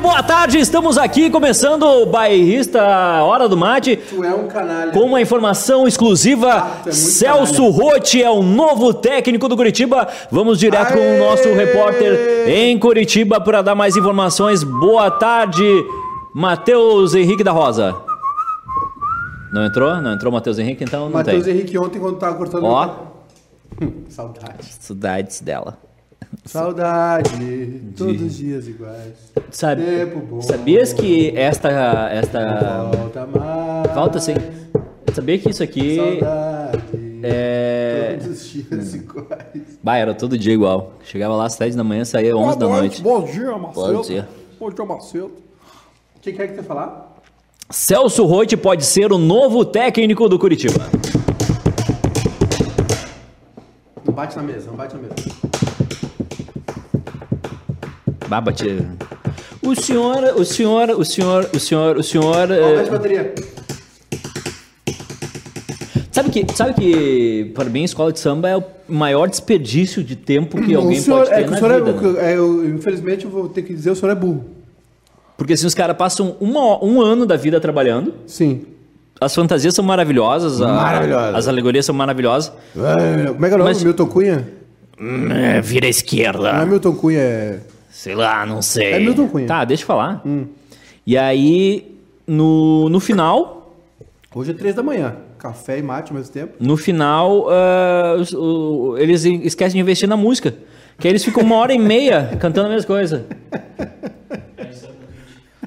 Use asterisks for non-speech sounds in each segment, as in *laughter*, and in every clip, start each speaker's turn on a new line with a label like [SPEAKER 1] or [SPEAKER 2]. [SPEAKER 1] boa tarde, estamos aqui começando o Bairrista Hora do Mate.
[SPEAKER 2] Tu é um canalha.
[SPEAKER 1] Com uma informação exclusiva,
[SPEAKER 2] tu é muito
[SPEAKER 1] Celso Rotti é o novo técnico do Curitiba. Vamos direto com o nosso repórter em Curitiba para dar mais informações. Boa tarde, Matheus Henrique da Rosa. Não entrou? Não entrou Matheus Henrique, então não
[SPEAKER 2] Matheus
[SPEAKER 1] tem.
[SPEAKER 2] Henrique né? ontem quando tava cortando...
[SPEAKER 1] Ó.
[SPEAKER 2] Saudade.
[SPEAKER 1] Saudades dela.
[SPEAKER 2] Saudade. Todos os dias iguais.
[SPEAKER 1] Sabe,
[SPEAKER 2] Tempo bom.
[SPEAKER 1] sabias que esta esta
[SPEAKER 2] Volta mais.
[SPEAKER 1] Falta sim. Sabia que isso aqui
[SPEAKER 2] Saudade.
[SPEAKER 1] é.
[SPEAKER 2] Todos os dias iguais.
[SPEAKER 1] Bah, era todo dia igual. Chegava lá às 7 da manhã, saía 11 da noite.
[SPEAKER 3] Bom dia, Marcelo.
[SPEAKER 1] Bom dia.
[SPEAKER 3] Bom dia, Marcelo.
[SPEAKER 2] O que que é que tu ia falar?
[SPEAKER 1] Celso Rotti pode ser o novo técnico do Curitiba.
[SPEAKER 2] Não bate na mesa, não bate na mesa.
[SPEAKER 1] Bah, bati. O senhor, o senhor, o senhor, o senhor, o senhor.
[SPEAKER 2] Ó,
[SPEAKER 1] eh,
[SPEAKER 2] bate bateria.
[SPEAKER 1] Sabe que, sabe que para mim, escola de samba é o maior desperdício de tempo que alguém
[SPEAKER 2] o senhor,
[SPEAKER 1] pode ter
[SPEAKER 2] é que o
[SPEAKER 1] na
[SPEAKER 2] senhor
[SPEAKER 1] vida.
[SPEAKER 2] é, o
[SPEAKER 1] né?
[SPEAKER 2] que- é, eu- Infelizmente eu vou ter que dizer, o senhor é burro.
[SPEAKER 1] Porque assim, os caras passam uma- um ano da vida trabalhando.
[SPEAKER 2] Sim.
[SPEAKER 1] As fantasias são maravilhosas. a-
[SPEAKER 2] Maravilhosas.
[SPEAKER 1] As alegorias são maravilhosas.
[SPEAKER 2] Como é que é o nome?
[SPEAKER 1] Mas- Ah.
[SPEAKER 2] Milton Cunha?
[SPEAKER 1] É, vira à
[SPEAKER 2] Não é
[SPEAKER 1] esquerda.
[SPEAKER 2] Milton Cunha, é...
[SPEAKER 1] Sei lá, não sei.
[SPEAKER 2] É Milton Cunha. Hum.
[SPEAKER 1] Tá, deixa eu falar. E aí, no, no final,
[SPEAKER 2] Hoje é três da manhã. Café e mate ao mesmo tempo.
[SPEAKER 1] no final, ah, os- o- eles en- esquecem de investir na música. Que aí eles ficam uma hora e meia cantando a mesma coisa.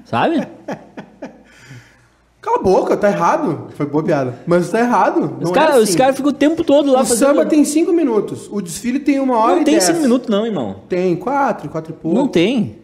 [SPEAKER 1] Sabe?
[SPEAKER 2] Cala a boca, tá errado. Foi boa piada. Mas tá errado.
[SPEAKER 1] Os
[SPEAKER 2] não é
[SPEAKER 1] caras
[SPEAKER 2] assim.
[SPEAKER 1] ficam o tempo todo lá
[SPEAKER 2] O
[SPEAKER 1] fazendo.
[SPEAKER 2] samba tem cinco minutos. O desfile tem uma hora
[SPEAKER 1] Não
[SPEAKER 2] e
[SPEAKER 1] tem
[SPEAKER 2] dez.
[SPEAKER 1] cinco minutos, não, irmão.
[SPEAKER 2] Tem quatro, quatro e pouco.
[SPEAKER 1] Não tem.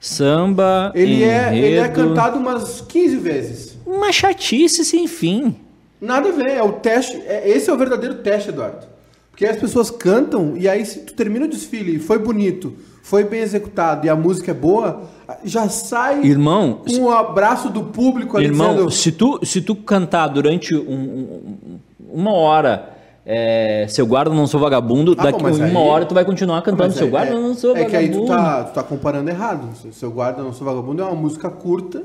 [SPEAKER 1] Samba.
[SPEAKER 2] Ele é, ele é
[SPEAKER 1] enredo.
[SPEAKER 2] cantado umas 15 vezes.
[SPEAKER 1] Uma chatice sem fim.
[SPEAKER 2] Nada a ver, é o teste. é- esse é o verdadeiro teste, Eduardo. Porque as pessoas cantam e aí se tu termina o desfile e foi bonito, foi bem executado e a música é boa, já sai
[SPEAKER 1] Irmão,
[SPEAKER 2] com o abraço do público ali
[SPEAKER 1] Irmão,
[SPEAKER 2] dizendo...
[SPEAKER 1] se, tu, se tu cantar durante um- um- uma hora é, Seu Guarda Não Sou Vagabundo,
[SPEAKER 2] Ah,
[SPEAKER 1] daqui
[SPEAKER 2] bom, mas
[SPEAKER 1] uma
[SPEAKER 2] aí-
[SPEAKER 1] hora tu vai continuar cantando
[SPEAKER 2] Mas
[SPEAKER 1] Seu
[SPEAKER 2] é-
[SPEAKER 1] Guarda
[SPEAKER 2] é,
[SPEAKER 1] Não Sou
[SPEAKER 2] É
[SPEAKER 1] Vagabundo.
[SPEAKER 2] que aí tu tá, tu tá comparando errado. Se- Seu Guarda Não Sou Vagabundo é uma música curta,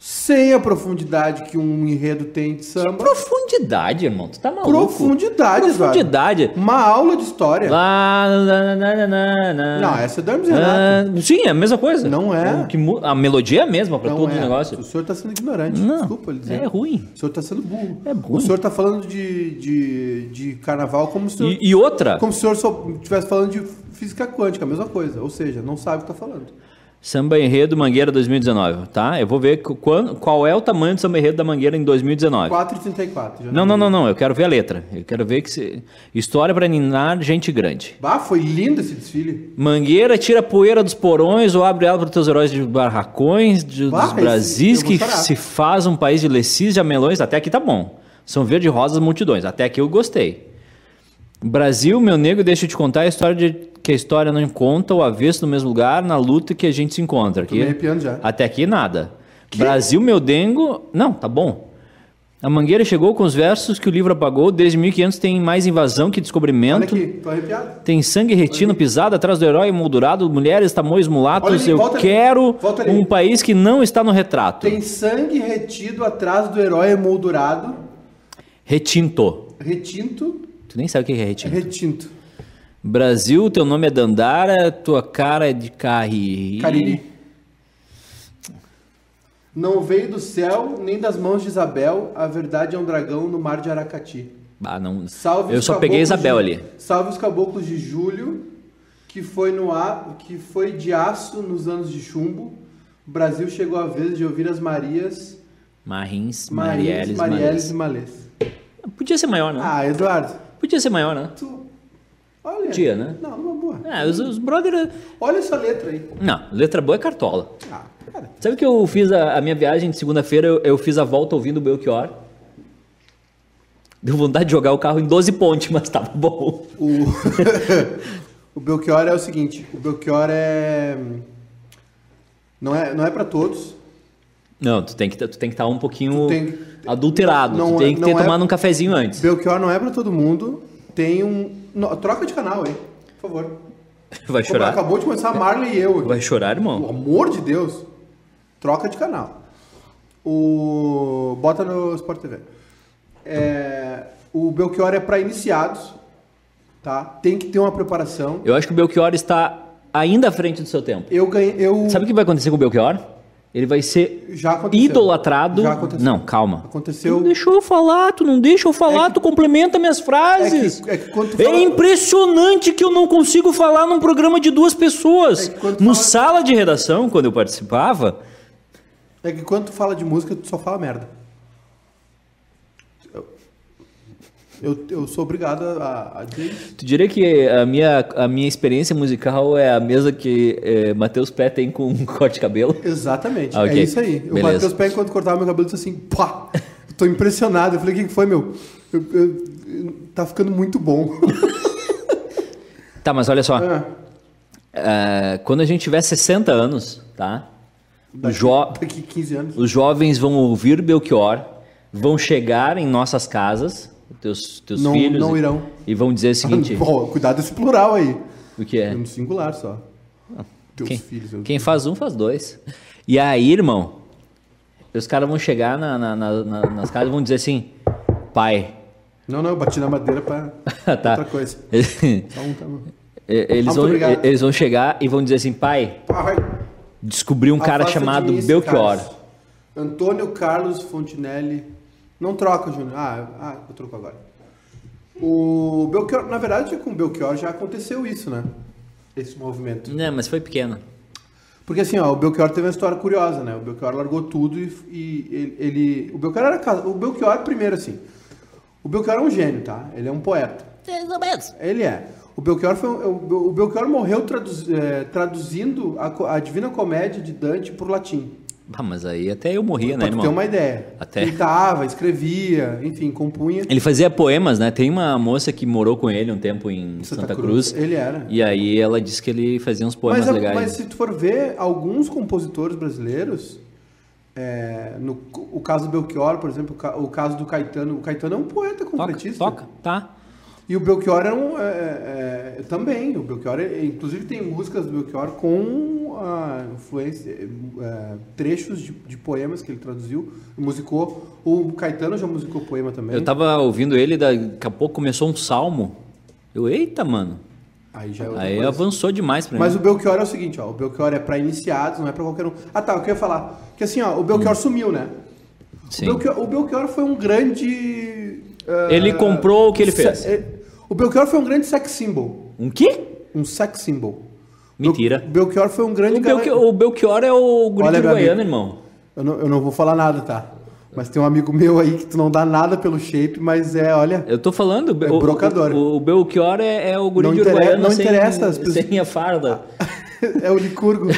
[SPEAKER 2] sem a profundidade que um enredo tem de samba.
[SPEAKER 1] Profundidade, irmão, tu tá maluco.
[SPEAKER 2] tá- Profundidade, Eduardo.
[SPEAKER 1] Profundidade.
[SPEAKER 2] Uma aula de história.
[SPEAKER 1] Lá, na, na, na, na, na.
[SPEAKER 2] Não, essa é do Hermes
[SPEAKER 1] Ah,
[SPEAKER 2] Renato.
[SPEAKER 1] Sim, é a mesma coisa.
[SPEAKER 2] Não é.
[SPEAKER 1] O que mu- a melodia é a mesma pra
[SPEAKER 2] Não
[SPEAKER 1] todos
[SPEAKER 2] é.
[SPEAKER 1] os
[SPEAKER 2] O
[SPEAKER 1] negócios.
[SPEAKER 2] senhor tá sendo ignorante.
[SPEAKER 1] Não,
[SPEAKER 2] Desculpa lhe dizer.
[SPEAKER 1] é ruim.
[SPEAKER 2] O senhor tá sendo burro.
[SPEAKER 1] É burro.
[SPEAKER 2] O senhor tá falando de, de, de carnaval como se,
[SPEAKER 1] E, e outra,
[SPEAKER 2] como se o senhor estivesse falando de física quântica, a mesma coisa. Ou seja, não sabe o que tá falando.
[SPEAKER 1] Samba Enredo Mangueira 2019, tá? Eu vou ver qu- quan- qual é o tamanho do Samba Enredo da Mangueira em 2019.
[SPEAKER 2] 4h34. já
[SPEAKER 1] Não, não, não, não. Eu quero ver a letra. Eu quero ver que se... história para ninar gente grande.
[SPEAKER 2] Bah, foi lindo esse desfile.
[SPEAKER 1] Mangueira tira a poeira dos porões ou abre ela para teus heróis de barracões, de-
[SPEAKER 2] Bah,
[SPEAKER 1] dos
[SPEAKER 2] esse-
[SPEAKER 1] Brasis
[SPEAKER 2] eu vou
[SPEAKER 1] que
[SPEAKER 2] chorar.
[SPEAKER 1] se faz um país de lecis e amelões. Até aqui tá bom. São verde e rosas multidões. Até aqui eu gostei. Brasil, meu nego, deixa eu te contar a história de que a história não conta o avesso no mesmo lugar na luta que a gente se encontra.
[SPEAKER 2] Tô
[SPEAKER 1] Aqui,
[SPEAKER 2] me arrepiando já.
[SPEAKER 1] até aqui nada. Brasil, meu dengo. Não, tá bom. A Mangueira chegou com os versos que o livro apagou. Desde 1500 tem mais invasão que
[SPEAKER 2] Olha
[SPEAKER 1] descobrimento.
[SPEAKER 2] aqui, tô arrepiado.
[SPEAKER 1] Tem sangue retino pisado atrás do herói moldurado, mulheres, tamoios,
[SPEAKER 2] Olha
[SPEAKER 1] mulatos.
[SPEAKER 2] ali,
[SPEAKER 1] Eu
[SPEAKER 2] volta ali,
[SPEAKER 1] quero
[SPEAKER 2] volta ali.
[SPEAKER 1] um país que não está no retrato.
[SPEAKER 2] Tem sangue retido atrás do herói emoldurado,
[SPEAKER 1] Retinto.
[SPEAKER 2] retinto,
[SPEAKER 1] Tu nem sabe o que é retinto.
[SPEAKER 2] retinto.
[SPEAKER 1] Brasil, teu nome é Dandara, tua cara é de carri...
[SPEAKER 2] Cariri. Não veio do céu, nem das mãos de Isabel, a verdade é um dragão no mar de Aracati.
[SPEAKER 1] Ah, não.
[SPEAKER 2] Salve
[SPEAKER 1] Eu
[SPEAKER 2] os
[SPEAKER 1] só peguei
[SPEAKER 2] caboclos
[SPEAKER 1] Isabel
[SPEAKER 2] de-
[SPEAKER 1] ali.
[SPEAKER 2] Salve os caboclos de julho, que foi no a, que foi de aço nos anos de chumbo. O Brasil chegou à vez de ouvir as Marias,
[SPEAKER 1] Marins, Marieles,
[SPEAKER 2] Marielles, Marielles
[SPEAKER 1] Marieles.
[SPEAKER 2] e Malês.
[SPEAKER 1] Podia ser maior, né?
[SPEAKER 2] Ah, Eduardo,
[SPEAKER 1] Podia ser maior, né?
[SPEAKER 2] tu olha.
[SPEAKER 1] Dia, né?
[SPEAKER 2] Não, uma boa.
[SPEAKER 1] Ah, os, os brother...
[SPEAKER 2] Olha essa letra aí.
[SPEAKER 1] Não, letra boa é cartola.
[SPEAKER 2] Ah, cara.
[SPEAKER 1] Sabe que eu fiz a, a minha viagem de segunda-feira, eu, eu fiz a volta ouvindo o Belchior. Deu vontade de jogar o carro em 12 pontes, mas tava bom.
[SPEAKER 2] O... *laughs* o Belchior é o seguinte, o Belchior é não é não é para todos.
[SPEAKER 1] Não, tu tem que estar tem que tá um pouquinho
[SPEAKER 2] Tu tem-
[SPEAKER 1] adulterado.
[SPEAKER 2] Não-
[SPEAKER 1] tu tem que ter
[SPEAKER 2] não é-
[SPEAKER 1] tomado um cafezinho antes.
[SPEAKER 2] Belchior não é para todo mundo. Tem um no- troca de canal, hein? Por favor.
[SPEAKER 1] Vai
[SPEAKER 2] Como
[SPEAKER 1] chorar.
[SPEAKER 2] Acabou de começar Marley e eu.
[SPEAKER 1] Vai chorar,
[SPEAKER 2] Pelo
[SPEAKER 1] irmão.
[SPEAKER 2] amor de Deus. Troca de canal. O... Bota no Sport TV. É, O Belchior é para iniciados, tá? Tem que ter uma preparação.
[SPEAKER 1] Eu acho que o Belchior está ainda à frente do seu tempo.
[SPEAKER 2] Eu ganhei... Eu...
[SPEAKER 1] Sabe o que vai acontecer com o Belchior? Ele vai ser
[SPEAKER 2] Já aconteceu.
[SPEAKER 1] idolatrado.
[SPEAKER 2] Já aconteceu.
[SPEAKER 1] Não, calma. Tu
[SPEAKER 2] Aconteceu...
[SPEAKER 1] não deixou eu falar, tu não deixa eu falar, tu complementa minhas frases.
[SPEAKER 2] É que- é que quando tu
[SPEAKER 1] É
[SPEAKER 2] fala-
[SPEAKER 1] impressionante que eu não consigo falar num programa de duas pessoas.
[SPEAKER 2] É que quando
[SPEAKER 1] no
[SPEAKER 2] fala-
[SPEAKER 1] sala de redação, quando eu participava,
[SPEAKER 2] É que quando tu fala de música, tu só fala merda. Eu- Eu, eu sou obrigado a, a dizer isso.
[SPEAKER 1] tu diria que a minha, a minha experiência musical é a mesma que eh, Matheus Pé tem com um *laughs* corte de cabelo?
[SPEAKER 2] Exatamente.
[SPEAKER 1] Ah, ok.
[SPEAKER 2] É isso aí.
[SPEAKER 1] Beleza.
[SPEAKER 2] O Matheus Pé, enquanto cortava meu cabelo, disse assim: pá, eu tô impressionado. Eu falei: o que que foi, meu? Eu- eu- eu- tá ficando muito bom. *laughs*
[SPEAKER 1] Tá, mas olha só.
[SPEAKER 2] Ah,
[SPEAKER 1] eh, quando a gente tiver 60 anos, tá? O jo
[SPEAKER 2] Daqui 15 anos.
[SPEAKER 1] Os jovens vão ouvir Belchior, vão chegar em nossas casas, teus, teus
[SPEAKER 2] Não-
[SPEAKER 1] filhos.
[SPEAKER 2] não
[SPEAKER 1] e-
[SPEAKER 2] irão.
[SPEAKER 1] E vão dizer o seguinte:
[SPEAKER 2] Pô, cuidado desse plural aí.
[SPEAKER 1] o que é? Ah,
[SPEAKER 2] É no singular só. Teus
[SPEAKER 1] Quem,
[SPEAKER 2] filhos. eu-
[SPEAKER 1] quem faz um, faz dois. E aí, irmão, os caras vão chegar na- na- na- na- nas casas e vão dizer assim: pai. *laughs*
[SPEAKER 2] Não, não, eu bati na madeira pra
[SPEAKER 1] tá.
[SPEAKER 2] outra coisa. Só um tá bom.
[SPEAKER 1] eles,
[SPEAKER 2] Muito
[SPEAKER 1] vão,
[SPEAKER 2] obrigado.
[SPEAKER 1] eles vão chegar e vão dizer assim: pai,
[SPEAKER 2] Pá, vai.
[SPEAKER 1] descobri
[SPEAKER 2] Ah,
[SPEAKER 1] um cara
[SPEAKER 2] Afasta de
[SPEAKER 1] chamado
[SPEAKER 2] mim esse
[SPEAKER 1] Belchior.
[SPEAKER 2] Carlos. Antônio Carlos Fontinelli. Não troca, Júnior. Ah, ah, eu troco agora. O Belchior, na verdade, com o Belchior já aconteceu isso, né? Esse movimento.
[SPEAKER 1] Não, mas foi pequeno.
[SPEAKER 2] Porque assim, ó, o Belchior teve uma história curiosa, né? O Belchior largou tudo e, e ele, ele- O Belchior era casado. O Belchior, primeiro, assim. O Belchior é um gênio, tá? Ele é um poeta. Ele é. O Belchior, foi, um- o Belchior morreu traduz- eh, traduzindo a, co- a Divina Comédia de Dante para o latim.
[SPEAKER 1] Ah, mas aí até eu morria, né,
[SPEAKER 2] Pra tu ter
[SPEAKER 1] irmão?
[SPEAKER 2] uma ideia.
[SPEAKER 1] Até.
[SPEAKER 2] Pintava, escrevia, enfim, compunha.
[SPEAKER 1] Ele fazia poemas, né? Tem uma moça que morou com ele um tempo em Santa,
[SPEAKER 2] Santa
[SPEAKER 1] Cruz.
[SPEAKER 2] Cruz. Ele era.
[SPEAKER 1] E aí ela disse que ele fazia uns poemas
[SPEAKER 2] Mas, a-
[SPEAKER 1] legais.
[SPEAKER 2] mas se tu for ver, alguns compositores brasileiros, é, no, o caso do Belchior, por exemplo, o ca- o caso do Caetano. O Caetano é um poeta
[SPEAKER 1] toca,
[SPEAKER 2] concretista.
[SPEAKER 1] toca, tá.
[SPEAKER 2] E o Belchior é um. é- é- também. O Belchior, é- inclusive, tem músicas do Belchior com a influência, é, trechos de, de poemas que ele traduziu, musicou. O Caetano já musicou poema também.
[SPEAKER 1] Eu tava ouvindo ele, daqui a pouco começou um salmo. Eu, eita, mano.
[SPEAKER 2] Aí já é outra
[SPEAKER 1] Aí
[SPEAKER 2] coisa.
[SPEAKER 1] avançou demais pra
[SPEAKER 2] Mas
[SPEAKER 1] mim.
[SPEAKER 2] o Belchior é o seguinte, ó, o Belchior é pra iniciados, não é pra qualquer um. Ah tá, o que eu ia falar? Que assim, ó, o Belchior sumiu, né?
[SPEAKER 1] Hum. Sim.
[SPEAKER 2] O, Belchior, o Belchior foi um grande. ah,
[SPEAKER 1] Ele comprou o que ele
[SPEAKER 2] se-
[SPEAKER 1] fez.
[SPEAKER 2] eh, O Belchior foi um grande sex symbol.
[SPEAKER 1] Um quê?
[SPEAKER 2] Um sex symbol.
[SPEAKER 1] Mentira.
[SPEAKER 2] O Belchior foi um grande.
[SPEAKER 1] O,
[SPEAKER 2] cara-
[SPEAKER 1] Belchior, o Belchior é o guri
[SPEAKER 2] Olha,
[SPEAKER 1] de
[SPEAKER 2] meu
[SPEAKER 1] Uruguaiana,
[SPEAKER 2] amigo.
[SPEAKER 1] irmão.
[SPEAKER 2] Eu, não, eu não vou falar nada, tá? Mas tem um amigo meu aí que tu não dá nada pelo shape, mas é, olha.
[SPEAKER 1] Eu tô falando, o, Be-
[SPEAKER 2] É
[SPEAKER 1] o-
[SPEAKER 2] brocador.
[SPEAKER 1] o, o Belchior é, é o guri
[SPEAKER 2] Não
[SPEAKER 1] de
[SPEAKER 2] interessa-
[SPEAKER 1] Uruguaiana
[SPEAKER 2] não
[SPEAKER 1] sem,
[SPEAKER 2] interessa as pessoas-
[SPEAKER 1] sem a farda.
[SPEAKER 2] *laughs* é o Licurgo.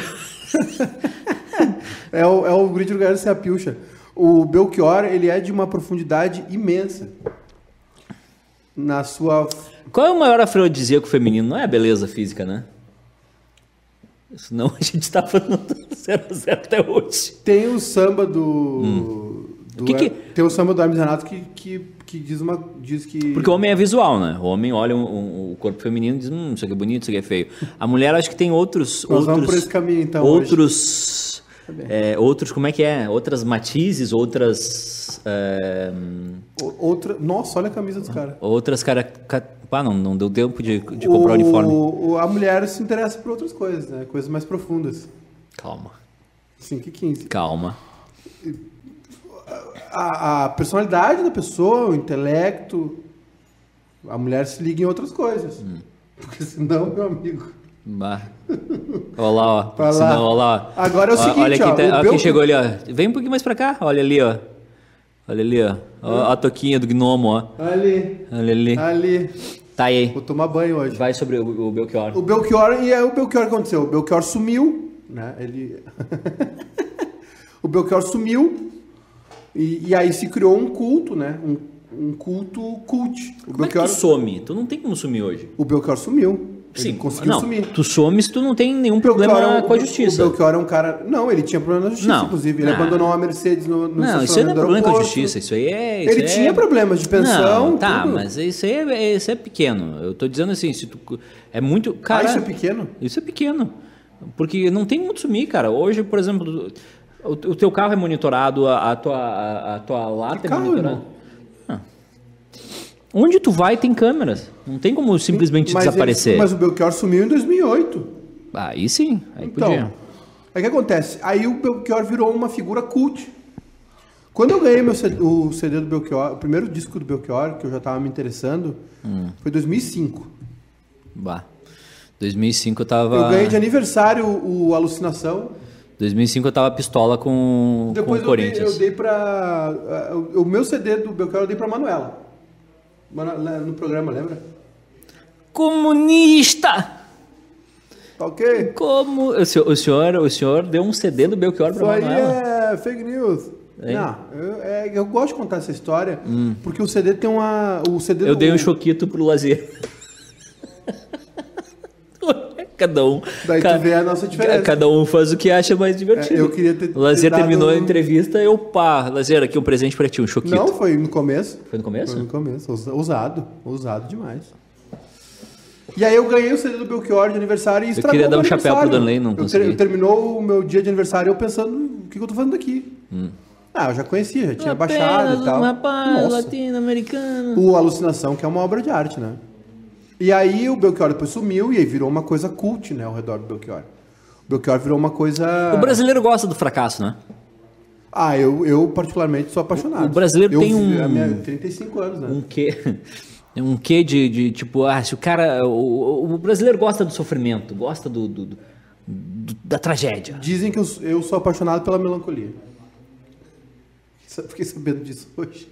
[SPEAKER 2] é o, é o Grid Uruguaiano sem a pilcha. O Belchior, ele é de uma profundidade imensa. Na sua.
[SPEAKER 1] Qual é o maior afrodisíaco feminino? Não é a beleza física, né? Senão *laughs* a gente tá falando 0x0 até hoje.
[SPEAKER 2] Tem o samba do.
[SPEAKER 1] Hum.
[SPEAKER 2] do-
[SPEAKER 1] Que que-
[SPEAKER 2] Tem o samba do Hermes Renato que, que, que diz uma. Diz que.
[SPEAKER 1] Porque o homem é visual, né? O homem olha um- um- o corpo feminino e diz, hum, isso aqui é bonito, isso aqui é feio. A mulher acho que tem outros...
[SPEAKER 2] Nós
[SPEAKER 1] outros,
[SPEAKER 2] vamos por esse caminho, então, Tá
[SPEAKER 1] Outros... é, outros, como é que é? Outras matizes, outras... é,
[SPEAKER 2] o- Outra... Nossa, olha a camisa dos caras.
[SPEAKER 1] outras cara... ca- Ah, não, não deu tempo de, de comprar o uniforme.
[SPEAKER 2] o- A mulher se interessa por outras coisas, né? Coisas mais profundas.
[SPEAKER 1] Calma,
[SPEAKER 2] 5 e 15.
[SPEAKER 1] calma.
[SPEAKER 2] a, a personalidade da pessoa, o intelecto. A mulher se liga em outras coisas. Porque senão, meu amigo.
[SPEAKER 1] Bah. Olha lá, ó.
[SPEAKER 2] *laughs* Vai lá.
[SPEAKER 1] Senão, olha lá. ó.
[SPEAKER 2] Agora é o
[SPEAKER 1] Ó,
[SPEAKER 2] seguinte,
[SPEAKER 1] olha quem,
[SPEAKER 2] ó,
[SPEAKER 1] tá-
[SPEAKER 2] o
[SPEAKER 1] ó,
[SPEAKER 2] meu-
[SPEAKER 1] quem chegou ali, ó. Vem um pouquinho mais pra cá. Olha ali, ó. Olha ali, ó. Ó a toquinha do gnomo, ó.
[SPEAKER 2] Ali,
[SPEAKER 1] Olha ali.
[SPEAKER 2] ali.
[SPEAKER 1] Tá aí.
[SPEAKER 2] Vou tomar banho hoje.
[SPEAKER 1] Vai sobre o, o Belchior.
[SPEAKER 2] O Belchior, e é o Belchior que aconteceu. O Belchior sumiu, né? Ele. *laughs* o Belchior sumiu. E, e aí se criou um culto, né? Um, um culto cult. O
[SPEAKER 1] Como é que tu
[SPEAKER 2] Belchior,
[SPEAKER 1] some? Tu não tem como sumir hoje.
[SPEAKER 2] o Belchior sumiu.
[SPEAKER 1] Sim,
[SPEAKER 2] Ele conseguiu
[SPEAKER 1] não,
[SPEAKER 2] sumir.
[SPEAKER 1] Tu somes, tu não tem nenhum
[SPEAKER 2] Belchior
[SPEAKER 1] problema
[SPEAKER 2] é um-
[SPEAKER 1] com a
[SPEAKER 2] O
[SPEAKER 1] justiça.
[SPEAKER 2] Belchior é um cara. Não, ele tinha problema na justiça,
[SPEAKER 1] Não.
[SPEAKER 2] inclusive. Ele
[SPEAKER 1] Ah.
[SPEAKER 2] abandonou uma Mercedes no, no
[SPEAKER 1] Não, isso aí não é
[SPEAKER 2] estacionamento do
[SPEAKER 1] problema com a
[SPEAKER 2] aeroporto. Ah,
[SPEAKER 1] justiça. Isso aí é.
[SPEAKER 2] Ele
[SPEAKER 1] isso é-
[SPEAKER 2] tinha problemas de pensão.
[SPEAKER 1] Não, tá,
[SPEAKER 2] tudo.
[SPEAKER 1] mas isso aí é, isso é pequeno. Eu tô dizendo assim, se tu. É muito.
[SPEAKER 2] Ah,
[SPEAKER 1] Cara,
[SPEAKER 2] isso é pequeno?
[SPEAKER 1] Isso é pequeno. Porque não tem muito sumir, cara. Hoje, por exemplo, O, o teu carro é monitorado, a, a tua, a, a tua lata
[SPEAKER 2] Que
[SPEAKER 1] é
[SPEAKER 2] carro,
[SPEAKER 1] monitorada.
[SPEAKER 2] irmão?
[SPEAKER 1] Ah. Onde tu vai tem câmeras. Não tem como simplesmente
[SPEAKER 2] Mas ele-
[SPEAKER 1] desaparecer. Ah,
[SPEAKER 2] mas o Belchior sumiu em 2008.
[SPEAKER 1] Aí sim, aí
[SPEAKER 2] Então,
[SPEAKER 1] podia.
[SPEAKER 2] aí o que acontece? Aí o Belchior virou uma figura cult. Quando eu ganhei meu C- o CD do Belchior, o primeiro disco do Belchior, que eu já tava me interessando,
[SPEAKER 1] Hum.
[SPEAKER 2] foi em 2005.
[SPEAKER 1] Bah. 2005 eu
[SPEAKER 2] Eu
[SPEAKER 1] tava.
[SPEAKER 2] ganhei de aniversário o Alucinação.
[SPEAKER 1] 2005 eu tava pistola com, com
[SPEAKER 2] Depois
[SPEAKER 1] o
[SPEAKER 2] eu, dei,
[SPEAKER 1] Corinthians.
[SPEAKER 2] eu dei pra... ah, O o meu CD do Belchior eu dei pra Manuela. Mano- lá No programa, lembra?
[SPEAKER 1] Comunista!
[SPEAKER 2] Tá ok?
[SPEAKER 1] Como. O senhor, o senhor, o senhor deu um CD do Belchior pra
[SPEAKER 2] Isso aí
[SPEAKER 1] Manuela?
[SPEAKER 2] é fake news.
[SPEAKER 1] Hein? Hum.
[SPEAKER 2] Não, eu, é- eu gosto de contar essa história, porque o CD tem uma... O CD
[SPEAKER 1] Eu
[SPEAKER 2] do-
[SPEAKER 1] dei um choquito pro lazer. *laughs* cada um.
[SPEAKER 2] Daí tu vê a nossa diferença.
[SPEAKER 1] Cada um faz o que acha mais divertido.
[SPEAKER 2] É, eu queria ter-
[SPEAKER 1] o lazer
[SPEAKER 2] ter dado
[SPEAKER 1] terminou a
[SPEAKER 2] um-
[SPEAKER 1] entrevista, eu pá, lazer, aqui um presente pra ti, um choquito.
[SPEAKER 2] Não, foi no começo.
[SPEAKER 1] Foi no começo?
[SPEAKER 2] Foi no começo. ousa- Ousado. Ousado demais. E aí eu ganhei o CD do Belchior de aniversário e estragou
[SPEAKER 1] queria dar um
[SPEAKER 2] meu
[SPEAKER 1] chapéu pro
[SPEAKER 2] aniversário.
[SPEAKER 1] Danley, não
[SPEAKER 2] eu
[SPEAKER 1] consegui.
[SPEAKER 2] eu terminou o meu dia de aniversário eu pensando, o que, que eu tô fazendo aqui?
[SPEAKER 1] Hum.
[SPEAKER 2] Ah, eu já conhecia, já tinha baixado e tal. Nossa.
[SPEAKER 1] latino-americano.
[SPEAKER 2] O Alucinação, que é uma obra de arte, né? E aí o Belchior depois sumiu e aí virou uma coisa cult, né, ao redor do Belchior. O Belchior virou uma coisa...
[SPEAKER 1] O brasileiro gosta do fracasso, né?
[SPEAKER 2] Ah, eu, eu particularmente sou apaixonado.
[SPEAKER 1] O brasileiro
[SPEAKER 2] Eu
[SPEAKER 1] tem
[SPEAKER 2] vi-
[SPEAKER 1] um-
[SPEAKER 2] a minha 35 anos, né?
[SPEAKER 1] Um quê? *laughs* Um quê de, de, tipo, ah, se o cara. O, o brasileiro gosta do sofrimento, gosta do, do- do- do- da tragédia.
[SPEAKER 2] Dizem que eu, eu sou apaixonado pela melancolia. Sa- Fiquei sabendo disso *laughs* hoje.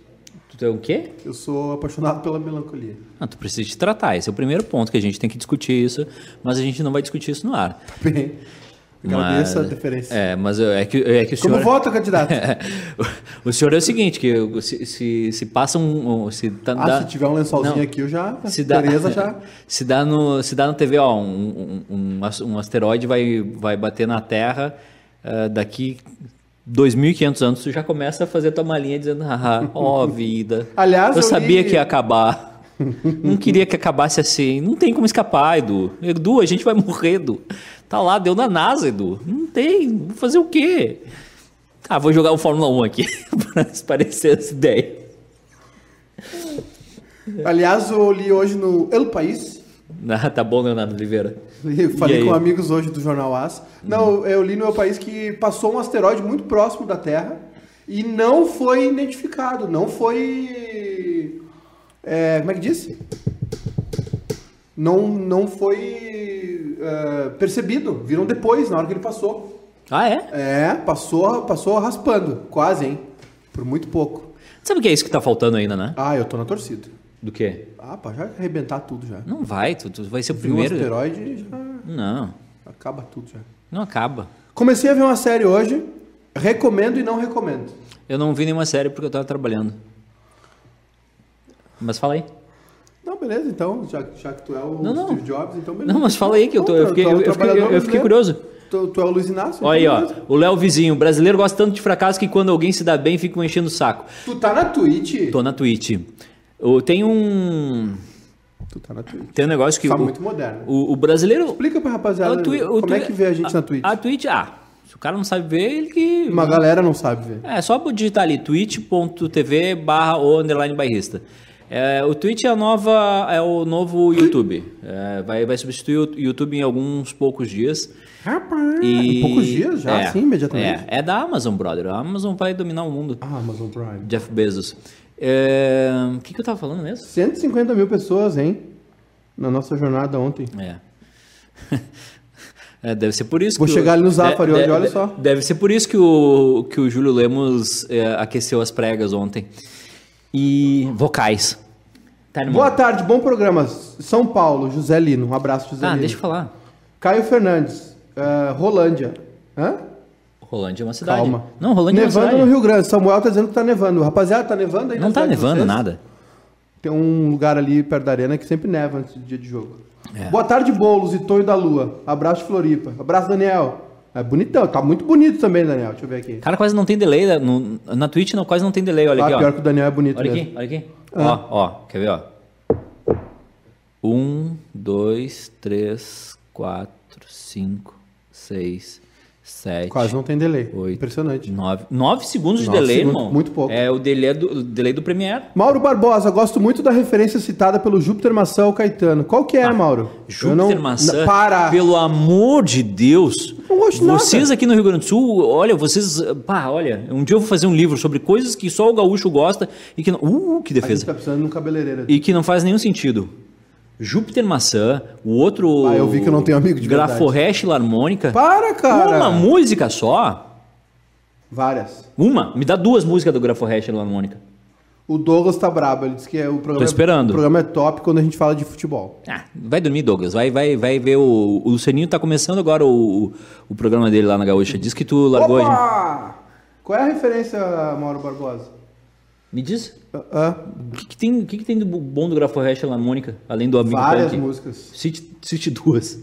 [SPEAKER 1] Tu é o quê?
[SPEAKER 2] Eu sou apaixonado pela melancolia.
[SPEAKER 1] Ah, tu precisa te tratar. Esse é o primeiro ponto que a gente tem que discutir isso, mas a gente não vai discutir isso no ar.
[SPEAKER 2] Tá Bem, agradeço a
[SPEAKER 1] Mas-
[SPEAKER 2] diferença.
[SPEAKER 1] É, mas eu- é que, é que o
[SPEAKER 2] Como
[SPEAKER 1] senhor.
[SPEAKER 2] vota, candidato?
[SPEAKER 1] *laughs* o senhor é o seguinte, que eu- se, se, se passa um. um- Se tá,
[SPEAKER 2] Ah,
[SPEAKER 1] dá-
[SPEAKER 2] se tiver um lençolzinho
[SPEAKER 1] Não.
[SPEAKER 2] aqui, eu já.
[SPEAKER 1] Se dá,
[SPEAKER 2] Tereza já.
[SPEAKER 1] *laughs* se dá no se dá na TV, ó, um, um, um as- um asteroide vai, vai bater na Terra eh, daqui 2.500 anos, tu já começa a fazer tua malinha dizendo, ah,
[SPEAKER 2] *laughs*
[SPEAKER 1] ó vida.
[SPEAKER 2] Aliás,
[SPEAKER 1] eu,
[SPEAKER 2] eu
[SPEAKER 1] sabia
[SPEAKER 2] li-
[SPEAKER 1] que ia
[SPEAKER 2] *laughs*
[SPEAKER 1] acabar. Não queria que acabasse assim. Não tem como escapar, Edu. Edu, a gente vai morrer, Edu. Tá lá, deu na NASA, Edu. Não tem. Vou fazer o quê? Ah, vou jogar o Fórmula 1 aqui *laughs* pra parecer essa ideia. *laughs*
[SPEAKER 2] Aliás, eu li hoje no El País.
[SPEAKER 1] Ah, tá bom, Leonardo Oliveira.
[SPEAKER 2] Eu
[SPEAKER 1] E
[SPEAKER 2] falei
[SPEAKER 1] aí? Uhum.
[SPEAKER 2] com amigos hoje do Jornal As. Não, eu li no El País que passou um asteroide muito próximo da Terra e não foi identificado. Não foi. é, como é que diz? Não, não foi é, percebido. Viram depois, na hora que ele passou.
[SPEAKER 1] Ah, é?
[SPEAKER 2] É, passou, passou raspando. Quase, hein? Por muito pouco.
[SPEAKER 1] Sabe o que é isso que tá faltando ainda, né?
[SPEAKER 2] Ah, eu tô na torcida.
[SPEAKER 1] Do quê?
[SPEAKER 2] Ah, pá, já arrebentar tudo já.
[SPEAKER 1] Não vai, tu, tu vai ser o
[SPEAKER 2] Viu um
[SPEAKER 1] primeiro.
[SPEAKER 2] asteroide já
[SPEAKER 1] Não,
[SPEAKER 2] acaba tudo já.
[SPEAKER 1] não acaba.
[SPEAKER 2] Comecei a ver uma série hoje, recomendo e não recomendo.
[SPEAKER 1] Eu não vi nenhuma série porque eu tava trabalhando. Mas fala aí.
[SPEAKER 2] Não, beleza, então, já, já que tu é o
[SPEAKER 1] Não, não.
[SPEAKER 2] Steve Jobs, então beleza.
[SPEAKER 1] Não, mas fala aí que eu, tô,
[SPEAKER 2] Não,
[SPEAKER 1] eu
[SPEAKER 2] tu-
[SPEAKER 1] fiquei,
[SPEAKER 2] tu é um
[SPEAKER 1] eu, eu fiquei,
[SPEAKER 2] trabalhador
[SPEAKER 1] eu fiquei
[SPEAKER 2] brasileiro.
[SPEAKER 1] curioso.
[SPEAKER 2] Tu, tu é o Luiz Inácio?
[SPEAKER 1] Olha aí,
[SPEAKER 2] então
[SPEAKER 1] ó.
[SPEAKER 2] beleza.
[SPEAKER 1] O Léo Vizinho. O brasileiro gosta tanto de fracasso que quando alguém se dá bem fica um enchendo o saco.
[SPEAKER 2] Tu tá na Twitch?
[SPEAKER 1] Tô na Twitch. Eu- Tem um.
[SPEAKER 2] Tu tá na Twitch.
[SPEAKER 1] Tem um negócio que.
[SPEAKER 2] Tá
[SPEAKER 1] o,
[SPEAKER 2] muito moderno.
[SPEAKER 1] o, o brasileiro.
[SPEAKER 2] Explica pra rapaziada
[SPEAKER 1] o twi- o
[SPEAKER 2] como é
[SPEAKER 1] twi-
[SPEAKER 2] que vê a gente na Twitch.
[SPEAKER 1] A Twitch, ah. Se o cara não sabe ver, ele que.
[SPEAKER 2] Uma galera não sabe ver.
[SPEAKER 1] É, só digitar ali, twitch.tv barra o underline bairrista. É, o Twitch é, a nova, é o novo YouTube. É, vai, vai substituir o YouTube em alguns poucos dias.
[SPEAKER 2] Rapaz,
[SPEAKER 1] E-
[SPEAKER 2] Ah, em poucos dias já,
[SPEAKER 1] é,
[SPEAKER 2] assim, imediatamente.
[SPEAKER 1] É, é da Amazon, brother. A Amazon vai dominar o mundo.
[SPEAKER 2] Ah, Amazon Prime.
[SPEAKER 1] Jeff Bezos. É, O que, que eu tava falando mesmo?
[SPEAKER 2] 150 mil pessoas, hein? Na nossa jornada ontem.
[SPEAKER 1] É. *laughs* É, deve ser por isso
[SPEAKER 2] Vou
[SPEAKER 1] que. o-
[SPEAKER 2] chegar ali no Zafari
[SPEAKER 1] de-
[SPEAKER 2] hoje,
[SPEAKER 1] de-
[SPEAKER 2] olha
[SPEAKER 1] de-
[SPEAKER 2] só.
[SPEAKER 1] Deve ser por isso que o, que o Júlio Lemos é, aqueceu as pregas ontem. E. vocais. Tá, irmão?
[SPEAKER 2] Boa tarde, bom programa. São Paulo, José Lino. Um abraço, José
[SPEAKER 1] Ah,
[SPEAKER 2] Lino.
[SPEAKER 1] deixa eu falar.
[SPEAKER 2] Caio Fernandes, ah, Rolândia. Hã?
[SPEAKER 1] Rolândia é uma cidade.
[SPEAKER 2] Calma.
[SPEAKER 1] Não, Rolândia é uma
[SPEAKER 2] Nevando no
[SPEAKER 1] cidade.
[SPEAKER 2] Rio Grande. Samuel tá dizendo que tá nevando. Rapaziada, tá nevando aí?
[SPEAKER 1] Não
[SPEAKER 2] na
[SPEAKER 1] tá
[SPEAKER 2] cidade de
[SPEAKER 1] nevando
[SPEAKER 2] vocês?
[SPEAKER 1] nada.
[SPEAKER 2] Tem um lugar ali perto da arena que sempre neva antes do dia de jogo.
[SPEAKER 1] É.
[SPEAKER 2] Boa tarde, Boulos e Tonho da Lua. Abraço, Floripa. Abraço, Daniel. É bonitão. Tá muito bonito também, Daniel. Deixa eu ver aqui.
[SPEAKER 1] Cara, quase não tem delay. né? No- na Twitch não, quase não tem delay. Olha
[SPEAKER 2] Ah,
[SPEAKER 1] aqui,
[SPEAKER 2] pior
[SPEAKER 1] ó.
[SPEAKER 2] que o Daniel é bonito
[SPEAKER 1] Olha
[SPEAKER 2] mesmo.
[SPEAKER 1] aqui, olha aqui.
[SPEAKER 2] Ah.
[SPEAKER 1] Ó, ó, quer ver, ó. Um, dois, três, quatro, cinco, seis, Sete.
[SPEAKER 2] Quase não tem delay.
[SPEAKER 1] Oito.
[SPEAKER 2] Impressionante.
[SPEAKER 1] Nove. Nove segundos de
[SPEAKER 2] Nove
[SPEAKER 1] delay,
[SPEAKER 2] segundos,
[SPEAKER 1] irmão.
[SPEAKER 2] muito pouco.
[SPEAKER 1] É o delay do, o delay do Premiere.
[SPEAKER 2] Mauro Barbosa, gosto muito da referência citada pelo Júpiter Maçã ao Caetano. Qual que é, Mauro? Eu
[SPEAKER 1] Ah, Júpiter
[SPEAKER 2] não-
[SPEAKER 1] Maçã,
[SPEAKER 2] N- Para!
[SPEAKER 1] pelo amor de Deus.
[SPEAKER 2] Não gosto de nada.
[SPEAKER 1] vocês aqui no Rio Grande do Sul, olha, vocês. Pá, olha, um dia eu vou fazer um livro sobre coisas que só o gaúcho gosta e que não. Uh, que
[SPEAKER 2] A gente
[SPEAKER 1] defesa!
[SPEAKER 2] tá precisando de um cabeleireiro.
[SPEAKER 1] E que não faz nenhum sentido. Júpiter Maçã, o outro.
[SPEAKER 2] Ah, eu vi que eu não tenho amigo de verdade.
[SPEAKER 1] Graforreste Larmônica.
[SPEAKER 2] Para, cara!
[SPEAKER 1] Uma música só?
[SPEAKER 2] Várias.
[SPEAKER 1] Uma? Me dá duas músicas do Graforreste Larmônica.
[SPEAKER 2] O Douglas tá brabo, ele disse que é o programa.
[SPEAKER 1] Tô esperando.
[SPEAKER 2] O programa é top quando a gente fala de futebol.
[SPEAKER 1] Ah, vai dormir, Douglas. Vai, vai, vai ver o. O Lucianinho tá começando agora o, o, o programa dele lá na Gaúcha. Diz que tu largou a gente.
[SPEAKER 2] Opa! Qual é a referência, Mauro Barbosa?
[SPEAKER 1] Me diz.
[SPEAKER 2] Ah, ah,
[SPEAKER 1] O que, que tem, o que, que tem do bom do Graforreste Larmônica, além do amigo
[SPEAKER 2] várias
[SPEAKER 1] Punk?
[SPEAKER 2] músicas.
[SPEAKER 1] Cite, cite duas.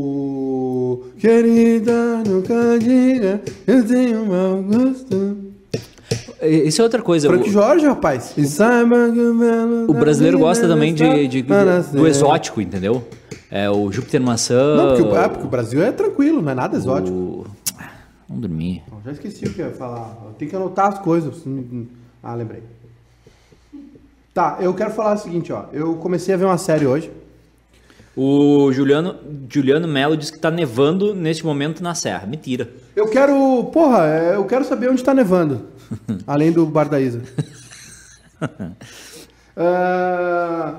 [SPEAKER 2] O. Querida, nunca diga, eu tenho um mau gosto.
[SPEAKER 1] E- Isso é outra coisa.
[SPEAKER 2] Frank
[SPEAKER 1] O,
[SPEAKER 2] Jorge, rapaz. E saiba que belo
[SPEAKER 1] o
[SPEAKER 2] da
[SPEAKER 1] brasileiro
[SPEAKER 2] vida
[SPEAKER 1] gosta também de,
[SPEAKER 2] está
[SPEAKER 1] de- de-
[SPEAKER 2] para
[SPEAKER 1] do
[SPEAKER 2] ser.
[SPEAKER 1] exótico, entendeu? É o Júpiter Maçã.
[SPEAKER 2] Não, porque o, é, porque o Brasil é tranquilo, não é nada exótico.
[SPEAKER 1] o- Ah, Vamos dormir.
[SPEAKER 2] Bom, Já esqueci o que eu ia falar. Eu tenho que anotar as coisas. Hum, hum. Ah, lembrei. Tá, eu quero falar o seguinte, ó. Eu comecei a ver uma série hoje.
[SPEAKER 1] O Juliano, Juliano Melo diz que tá nevando neste momento na serra. Mentira.
[SPEAKER 2] Eu quero. Porra, é, eu quero saber onde tá nevando.
[SPEAKER 1] *laughs*
[SPEAKER 2] além do Bar da Isa. Ah,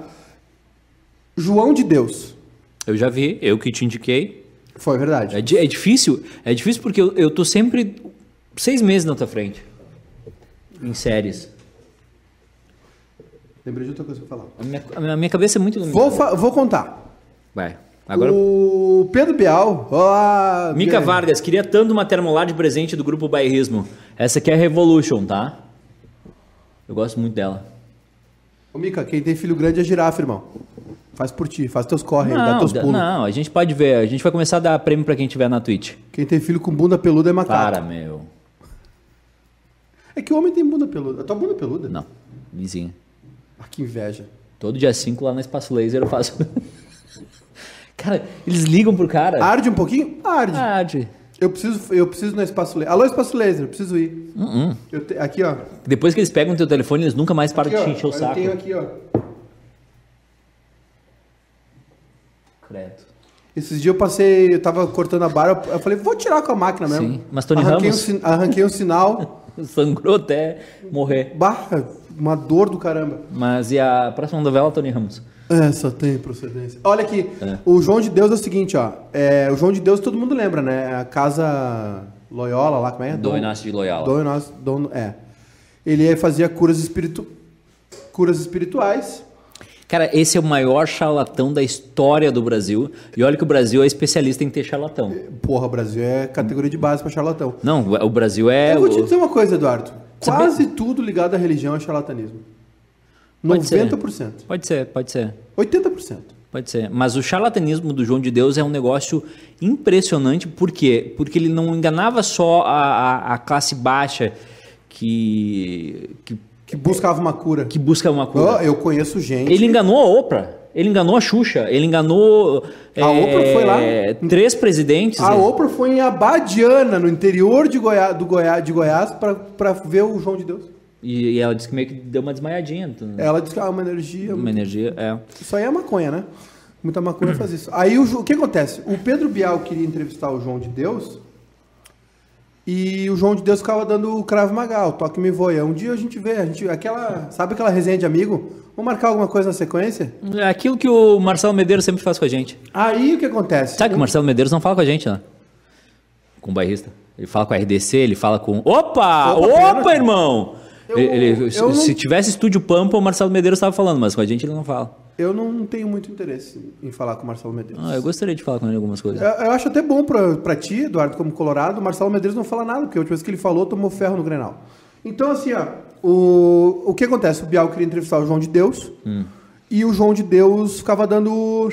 [SPEAKER 2] João de Deus.
[SPEAKER 1] Eu já vi, eu que te indiquei.
[SPEAKER 2] Foi verdade.
[SPEAKER 1] É, di- é difícil, é difícil porque eu, eu tô sempre seis meses na tua frente. Em séries.
[SPEAKER 2] Lembrei de outra coisa pra falar.
[SPEAKER 1] A minha, a minha- a minha cabeça é muito
[SPEAKER 2] Vou,
[SPEAKER 1] iluminada.
[SPEAKER 2] fa- vou contar.
[SPEAKER 1] Vai. Agora.
[SPEAKER 2] O Pedro Bial. Olá,
[SPEAKER 1] Mica
[SPEAKER 2] Bial.
[SPEAKER 1] Vargas, queria tanto uma termolar de presente do grupo Bairrismo. Essa aqui é a Revolution, tá? Eu gosto muito dela.
[SPEAKER 2] Ô, Mica, quem tem filho grande é girafa, irmão. Faz por ti, faz teus corre, aí, dá
[SPEAKER 1] Não,
[SPEAKER 2] teus
[SPEAKER 1] da-
[SPEAKER 2] pulos.
[SPEAKER 1] não, a gente pode ver. A gente vai começar a dar prêmio pra quem tiver na Twitch.
[SPEAKER 2] Quem tem filho com bunda peluda é macaco.
[SPEAKER 1] Para, meu.
[SPEAKER 2] É que o homem tem bunda peluda. A tua bunda é peluda?
[SPEAKER 1] Não, vizinho.
[SPEAKER 2] Ah, que inveja.
[SPEAKER 1] Todo dia 5 lá no Espaço Laser eu faço. *laughs* cara, eles ligam pro cara.
[SPEAKER 2] Arde um pouquinho? Arde.
[SPEAKER 1] Verdade.
[SPEAKER 2] Eu preciso, eu preciso no espaço laser. Alô, espaço laser, eu preciso ir.
[SPEAKER 1] Uh-uh.
[SPEAKER 2] Eu te- Aqui, ó.
[SPEAKER 1] Depois que eles pegam teu telefone, eles nunca mais param
[SPEAKER 2] Aqui, ó.
[SPEAKER 1] de te encher o
[SPEAKER 2] eu
[SPEAKER 1] saco.
[SPEAKER 2] tenho aqui, ó.
[SPEAKER 1] Credo. *laughs*
[SPEAKER 2] Esses dias eu passei, eu tava cortando a barra, eu falei, vou tirar com a máquina mesmo.
[SPEAKER 1] Sim, mas Tony
[SPEAKER 2] arranquei
[SPEAKER 1] Ramos?
[SPEAKER 2] Um, sin- arranquei
[SPEAKER 1] *laughs*
[SPEAKER 2] um sinal,
[SPEAKER 1] Sangrou até morrer.
[SPEAKER 2] barra, uma dor do caramba.
[SPEAKER 1] Mas e a próxima novela, Tony Ramos?
[SPEAKER 2] É, só tem procedência. Olha aqui,
[SPEAKER 1] É.
[SPEAKER 2] o João de Deus é o seguinte, ó. É, o João de Deus todo mundo lembra, né? A casa Loyola lá, como é?
[SPEAKER 1] Do
[SPEAKER 2] Dom-
[SPEAKER 1] Inácio de Loyola.
[SPEAKER 2] Dom Inácio, Dom- é. Ele fazia curas, espiritu, curas espirituais.
[SPEAKER 1] Cara, esse é o maior charlatão da história do Brasil. E olha que o Brasil é especialista em ter charlatão.
[SPEAKER 2] Porra, o Brasil é categoria de base pra charlatão.
[SPEAKER 1] Não, o Brasil é.
[SPEAKER 2] Eu vou te
[SPEAKER 1] o-
[SPEAKER 2] dizer uma coisa, Eduardo.
[SPEAKER 1] Sabe-
[SPEAKER 2] Quase tudo ligado à religião é charlatanismo.
[SPEAKER 1] Pode ser.
[SPEAKER 2] 90%.
[SPEAKER 1] Pode ser, pode ser.
[SPEAKER 2] 80%.
[SPEAKER 1] Pode ser. Mas o charlatanismo do João de Deus é um negócio impressionante. Por quê? Porque ele não enganava só a, a- a classe baixa que, que,
[SPEAKER 2] Que buscava uma cura.
[SPEAKER 1] que busca uma
[SPEAKER 2] Ó,
[SPEAKER 1] coisa.
[SPEAKER 2] eu conheço gente.
[SPEAKER 1] Ele enganou a Oprah. Ele enganou a Xuxa. Ele enganou. é,
[SPEAKER 2] A Oprah foi lá?
[SPEAKER 1] Três presidentes. né?
[SPEAKER 2] A
[SPEAKER 1] ele-
[SPEAKER 2] Oprah foi em Abadiana, no interior de, Goiá, do Goiá, de Goiás, pra, pra ver o João de Deus.
[SPEAKER 1] E, e ela disse que meio que deu uma desmaiadinha. né?
[SPEAKER 2] Ela disse que ah, uma energia.
[SPEAKER 1] Uma energia. É.
[SPEAKER 2] Isso aí é maconha, né? Muita maconha faz isso. Aí o, Ju- o que acontece? O Pedro Bial queria entrevistar o João de Deus e o João de Deus ficava dando o Cravo Magal, toque me voia. Um dia a gente vê, a gente, aquela, sabe aquela resenha de amigo? Vamos marcar alguma coisa na sequência?
[SPEAKER 1] É aquilo que o Marcelo Medeiros sempre faz com a gente.
[SPEAKER 2] Aí o que acontece?
[SPEAKER 1] Sabe que o Marcelo Medeiros não fala com a gente, né? Com o bairrista. Ele fala com a RDC, ele fala com. Opa!
[SPEAKER 2] Opa,
[SPEAKER 1] Opa,
[SPEAKER 2] pena, cara.
[SPEAKER 1] irmão!
[SPEAKER 2] Eu-
[SPEAKER 1] Ele- ele-
[SPEAKER 2] eu
[SPEAKER 1] se,
[SPEAKER 2] não-
[SPEAKER 1] se tivesse estúdio Pampa, o Marcelo Medeiros estava falando, mas com a gente ele não fala.
[SPEAKER 2] Eu não tenho muito interesse em falar com o Marcelo Medeiros.
[SPEAKER 1] Ah, eu gostaria de falar com ele algumas coisas.
[SPEAKER 2] Eu, eu acho até bom pra, pra ti, Eduardo, como colorado, o Marcelo Medeiros não fala nada, porque a última vez que ele falou, tomou ferro no Grenal. Então, assim, ó, o, o que acontece? O Bial queria entrevistar o João de Deus,
[SPEAKER 1] Hum.
[SPEAKER 2] e o João de Deus ficava dando...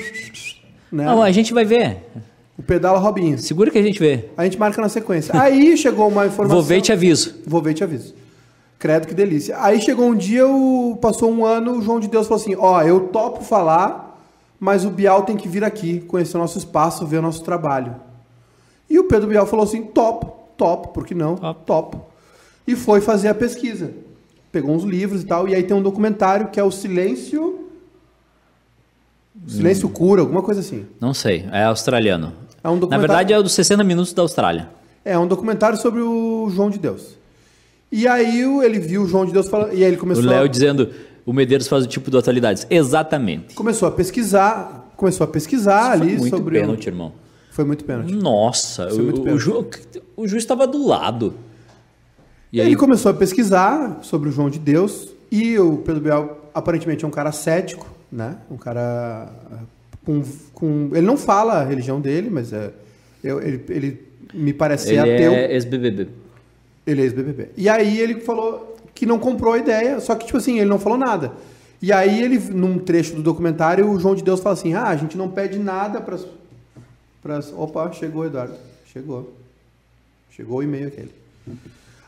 [SPEAKER 2] Né,
[SPEAKER 1] Não, a gente vai ver.
[SPEAKER 2] o pedala Robinho.
[SPEAKER 1] Segura que a gente vê.
[SPEAKER 2] A gente marca na sequência. Aí chegou uma informação...
[SPEAKER 1] Vou ver e te aviso.
[SPEAKER 2] Vou ver e te aviso. Credo que delícia. Aí chegou um dia, o, passou um ano, o João de Deus falou assim: Ó, eu topo falar, mas o Bial tem que vir aqui, conhecer o nosso espaço, ver o nosso trabalho. E o Pedro Bial falou assim: top, top, por que não? Top. E foi fazer a pesquisa. Pegou uns livros e tal, e aí tem um documentário que é o Silêncio.
[SPEAKER 1] Hum.
[SPEAKER 2] Silêncio Cura, alguma coisa assim.
[SPEAKER 1] Não sei, é australiano.
[SPEAKER 2] É um
[SPEAKER 1] Na
[SPEAKER 2] documentário-
[SPEAKER 1] verdade, é o dos 60 minutos da Austrália.
[SPEAKER 2] É um documentário sobre o João de Deus. E aí o- ele viu o João de Deus falando, e aí ele
[SPEAKER 1] O
[SPEAKER 2] começou,
[SPEAKER 1] Léo
[SPEAKER 2] a,
[SPEAKER 1] dizendo, o Medeiros faz o tipo de atualidades. Exatamente.
[SPEAKER 2] começou a pesquisar, começou a pesquisar
[SPEAKER 1] Foi
[SPEAKER 2] ali
[SPEAKER 1] muito
[SPEAKER 2] sobre o-
[SPEAKER 1] pênalti, irmão.
[SPEAKER 2] Foi muito pênalti.
[SPEAKER 1] Nossa,
[SPEAKER 2] Foi é muito
[SPEAKER 1] o, o,
[SPEAKER 2] pênalti.
[SPEAKER 1] ju, o juiz estava do lado. E aí,
[SPEAKER 2] Ele começou a pesquisar sobre o João de Deus e o Pedro Bial aparentemente é um cara cético, né? Um cara ah, com, com ele não fala a religião dele, mas é eu- ele, ele me parece ser
[SPEAKER 1] ele
[SPEAKER 2] ateu.
[SPEAKER 1] é ex-BBB.
[SPEAKER 2] Ele é ex-BBB. E aí ele falou que não comprou a ideia, só que, tipo assim, ele não falou nada. E aí ele, num trecho do documentário, o João de Deus fala assim, ah, a gente não pede nada pras... pras... Opa, chegou, Eduardo. Chegou. Chegou o e-mail aquele.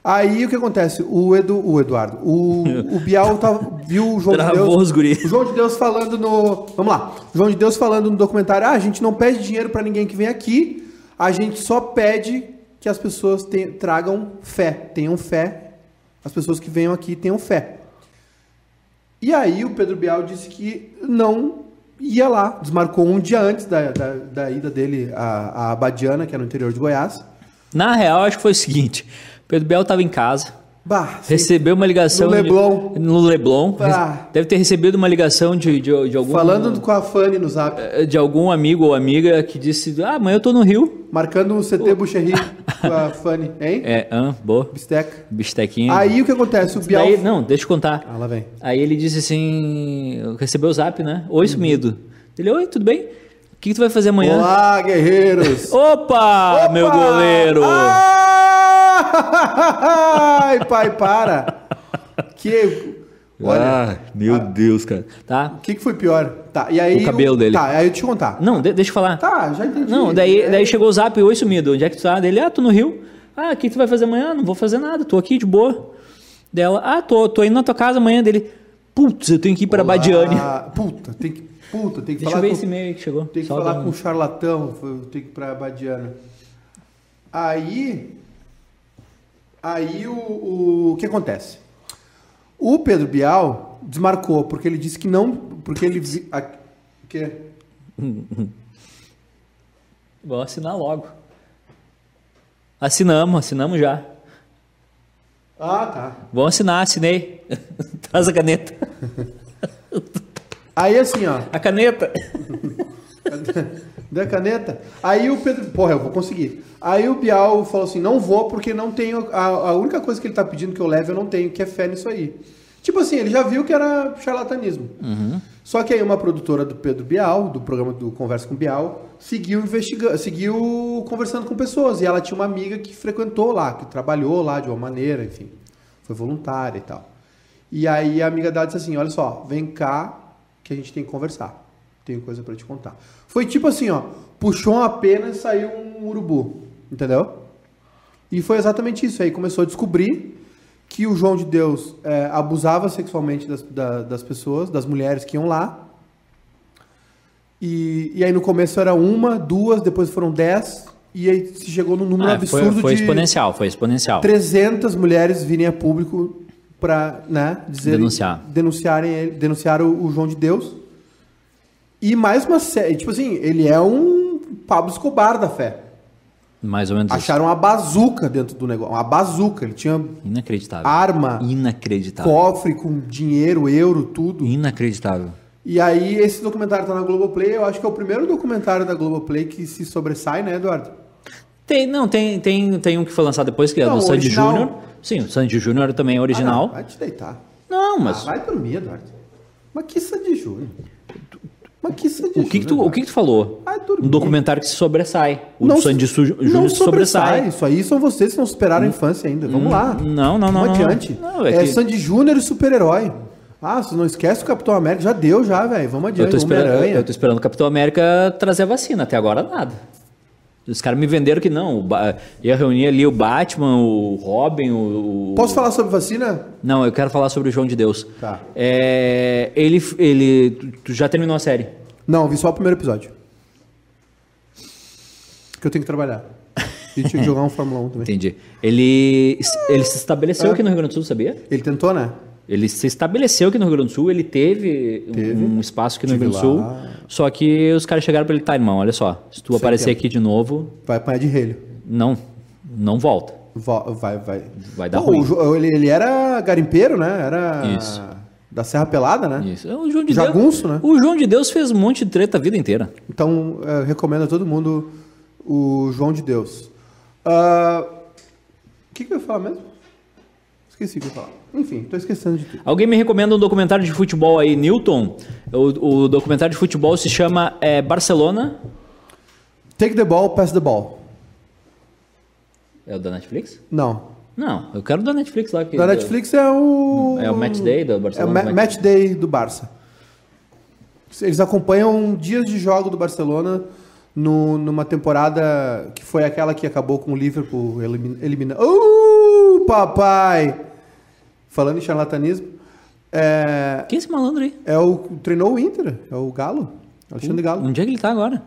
[SPEAKER 2] Aí o que acontece? O, Edu, o Eduardo, o, o Bial tava- viu o João de
[SPEAKER 1] Travou
[SPEAKER 2] Deus.
[SPEAKER 1] os guri.
[SPEAKER 2] O João de Deus falando no. Vamos lá. O João de Deus falando no documentário: ah, a gente não pede dinheiro pra ninguém que vem aqui, a gente só pede que as pessoas te- tragam fé, tenham fé. As pessoas que venham aqui tenham fé. E aí o Pedro Bial disse que não ia lá, desmarcou um dia antes da, da, da ida dele à, à Abadiana, que é no interior de Goiás.
[SPEAKER 1] Na real, acho que foi o seguinte: Pedro Biel estava em casa,
[SPEAKER 2] Bah,
[SPEAKER 1] recebeu uma ligação.
[SPEAKER 2] No
[SPEAKER 1] de-
[SPEAKER 2] Leblon.
[SPEAKER 1] no Leblon.
[SPEAKER 2] Ah.
[SPEAKER 1] Deve ter recebido uma ligação de, de, de algum.
[SPEAKER 2] falando com a Fanny no zap,
[SPEAKER 1] De algum amigo ou amiga que disse: Ah, amanhã eu tô no Rio.
[SPEAKER 2] marcando um o CT Bucherri com a Fanny, hein?
[SPEAKER 1] É, hã? Boa.
[SPEAKER 2] Bisteca.
[SPEAKER 1] Bistequinha.
[SPEAKER 2] Aí o que acontece? O Bial.
[SPEAKER 1] Daí, não, deixa eu contar.
[SPEAKER 2] Ah, lá vem.
[SPEAKER 1] Aí ele disse assim: recebeu o zap, né? Oi, sumido. Ele, oi, tudo bem? O que, que tu vai fazer amanhã?
[SPEAKER 2] Uhum.
[SPEAKER 1] *laughs*
[SPEAKER 2] Olá, guerreiros!
[SPEAKER 1] Opa,
[SPEAKER 2] Opa! Ah!
[SPEAKER 1] meu goleiro!
[SPEAKER 2] *laughs* Ai, pai, para! Que. Olha,
[SPEAKER 1] Ah, meu Deus, cara. Tá?
[SPEAKER 2] o que, que foi pior? Tá, e aí.
[SPEAKER 1] O cabelo dele.
[SPEAKER 2] Tá, aí eu te contar.
[SPEAKER 1] Não, de- deixa eu falar.
[SPEAKER 2] Tá, já entendi.
[SPEAKER 1] Não, daí,
[SPEAKER 2] É,
[SPEAKER 1] daí chegou o zap, oi, sumido. Onde é que tu tá? Dele, ah, tô no Rio. Ah, o que, que tu vai fazer amanhã? Não vou fazer nada, tô aqui de boa. Dela, ah, tô, tô indo na tua casa amanhã. Dele, putz, eu tenho que ir pra
[SPEAKER 2] olá.
[SPEAKER 1] Badiane.
[SPEAKER 2] Ah, Puta, tem que. Puta, tem que
[SPEAKER 1] *laughs* Deixa eu
[SPEAKER 2] falar.
[SPEAKER 1] ver
[SPEAKER 2] com-
[SPEAKER 1] esse e-mail aí que chegou.
[SPEAKER 2] Tem que
[SPEAKER 1] Só
[SPEAKER 2] falar
[SPEAKER 1] dá um-
[SPEAKER 2] com o charlatão, foi- tem que ir pra Badiana. Aí. Aí o, o, o que acontece? O Pedro Bial desmarcou, porque ele disse que não. Porque ele. vi- A, o quê?
[SPEAKER 1] Vou assinar logo. Assinamos, assinamos já.
[SPEAKER 2] Ah, tá.
[SPEAKER 1] Vamos assinar, assinei. *laughs* Traz a caneta.
[SPEAKER 2] Aí assim, ó. *laughs*
[SPEAKER 1] A caneta.
[SPEAKER 2] Da caneta. Aí o Pedro. Porra, eu vou conseguir. Aí o Bial falou assim: não vou porque não tenho. A, a única coisa que ele tá pedindo que eu leve eu não tenho, que é fé nisso aí. Tipo assim, ele já viu que era charlatanismo.
[SPEAKER 1] Uhum.
[SPEAKER 2] Só que aí uma produtora do Pedro Bial, do programa do Conversa com Bial, seguiu investigando, seguiu conversando com pessoas. E ela tinha uma amiga que frequentou lá, que trabalhou lá de uma maneira, enfim. Foi voluntária e tal. E aí a amiga dela disse assim: olha só, vem cá que a gente tem que conversar. Tenho coisa pra te contar. Foi tipo assim, ó, puxou uma pena e saiu um urubu, entendeu? E foi exatamente isso. Aí começou a descobrir que o João de Deus é, abusava sexualmente das, da- das pessoas, das mulheres que iam lá. E, e aí no começo era uma, duas, depois foram dez. E aí se chegou num número
[SPEAKER 1] Ah, foi
[SPEAKER 2] absurdo
[SPEAKER 1] foi
[SPEAKER 2] de
[SPEAKER 1] exponencial, foi exponencial.
[SPEAKER 2] 300 mulheres virem a público para né, dizer,
[SPEAKER 1] Denunciar.
[SPEAKER 2] denunciarem ele, denunciar o, o João de Deus. E mais uma série, tipo assim, ele é um Pablo Escobar da fé.
[SPEAKER 1] Mais ou menos isso.
[SPEAKER 2] Acharam uma bazuca dentro do negócio, uma bazuca, ele tinha
[SPEAKER 1] Inacreditável.
[SPEAKER 2] arma,
[SPEAKER 1] Inacreditável.
[SPEAKER 2] cofre com dinheiro, euro, tudo.
[SPEAKER 1] Inacreditável.
[SPEAKER 2] E aí esse documentário tá na Globoplay, eu acho que é o primeiro documentário da Globoplay que se sobressai, né, Eduardo?
[SPEAKER 1] Tem, não, tem, tem, tem um que foi lançado depois, que é
[SPEAKER 2] Não,
[SPEAKER 1] do Sandy
[SPEAKER 2] original.
[SPEAKER 1] Júnior. Sim, o Sandy Júnior também é
[SPEAKER 2] Ah,
[SPEAKER 1] original.
[SPEAKER 2] não, vai te deitar.
[SPEAKER 1] não,
[SPEAKER 2] Ah,
[SPEAKER 1] mas
[SPEAKER 2] vai dormir, Eduardo. Mas que isso é de julho? Mas que isso é de
[SPEAKER 1] o, que que tu,
[SPEAKER 2] julho,
[SPEAKER 1] o que que tu falou?
[SPEAKER 2] Vai dormir.
[SPEAKER 1] Um documentário que se sobressai. O do Sandy Su-
[SPEAKER 2] não
[SPEAKER 1] Júnior se sobressai. Hum.
[SPEAKER 2] Isso aí são vocês que não superaram a infância ainda. Vamos lá.
[SPEAKER 1] Não, não, não.
[SPEAKER 2] Vamos
[SPEAKER 1] não.
[SPEAKER 2] adiante.
[SPEAKER 1] Não, é
[SPEAKER 2] é
[SPEAKER 1] que-
[SPEAKER 2] Sandy Júnior e super-herói. Ah, você não esquece o Capitão América. Já deu, já, velho. Vamos
[SPEAKER 1] Eu
[SPEAKER 2] adiante.
[SPEAKER 1] tô, esperando,
[SPEAKER 2] Homem-Aranha.
[SPEAKER 1] eu tô esperando o Capitão América trazer a vacina, até agora nada. Os caras me venderam que não. o Ba- Ia reunir ali o Batman, o Robin, o. o-
[SPEAKER 2] Posso falar sobre vacina?
[SPEAKER 1] Não, eu quero falar sobre o João de Deus.
[SPEAKER 2] Tá.
[SPEAKER 1] É, ele. ele tu, tu já terminou a série.
[SPEAKER 2] Não, vi só o primeiro episódio. Que eu tenho que trabalhar. E tinha que jogar um Fórmula 1 também.
[SPEAKER 1] Entendi. Ele, ele se
[SPEAKER 2] Ah.
[SPEAKER 1] estabeleceu aqui no Rio Grande do Sul, sabia?
[SPEAKER 2] Ele tentou, né?
[SPEAKER 1] Ele se estabeleceu aqui no Rio Grande do Sul, ele teve, um-
[SPEAKER 2] Teve.
[SPEAKER 1] um espaço aqui no Rio
[SPEAKER 2] Tive
[SPEAKER 1] Grande do Sul.
[SPEAKER 2] lá. é
[SPEAKER 1] Só que os caras chegaram pra ele, tá, irmão, olha só, se tu
[SPEAKER 2] Sem
[SPEAKER 1] aparecer
[SPEAKER 2] tempo.
[SPEAKER 1] aqui de novo,
[SPEAKER 2] Vai apanhar de relho.
[SPEAKER 1] não, não volta.
[SPEAKER 2] Vo- Vai, vai.
[SPEAKER 1] Vai dar
[SPEAKER 2] Pô,
[SPEAKER 1] ruim.
[SPEAKER 2] o Jo- ele, ele era garimpeiro, né? Era
[SPEAKER 1] Isso.
[SPEAKER 2] da Serra Pelada, né?
[SPEAKER 1] Isso. O João de
[SPEAKER 2] Jagunço,
[SPEAKER 1] Deus,
[SPEAKER 2] né?
[SPEAKER 1] O João de Deus fez um monte de treta a vida inteira.
[SPEAKER 2] Então, eu recomendo a todo mundo o João de Deus. Ah, O que, que eu ia falar mesmo? Esqueci o que eu ia falar. Enfim, tô esquecendo de tudo.
[SPEAKER 1] Alguém me recomenda um documentário de futebol aí, Newton? O, o documentário de futebol se chama é, Barcelona.
[SPEAKER 2] Take the ball, pass the ball.
[SPEAKER 1] É o da Netflix?
[SPEAKER 2] Não.
[SPEAKER 1] Não, eu quero o da Netflix lá. Que
[SPEAKER 2] Da Netflix é o.
[SPEAKER 1] É o Match Day do
[SPEAKER 2] É o
[SPEAKER 1] Barcelona.
[SPEAKER 2] ma- match day do Barça. Eles acompanham dias de jogo do Barcelona no- numa temporada que foi aquela que acabou com o Liverpool eliminando. Elimina... Uh, papai! Falando em charlatanismo, é,
[SPEAKER 1] Quem é esse malandro aí?
[SPEAKER 2] é o treinou o Inter, é o Galo, Alexandre Galo.
[SPEAKER 1] Onde é que ele tá agora?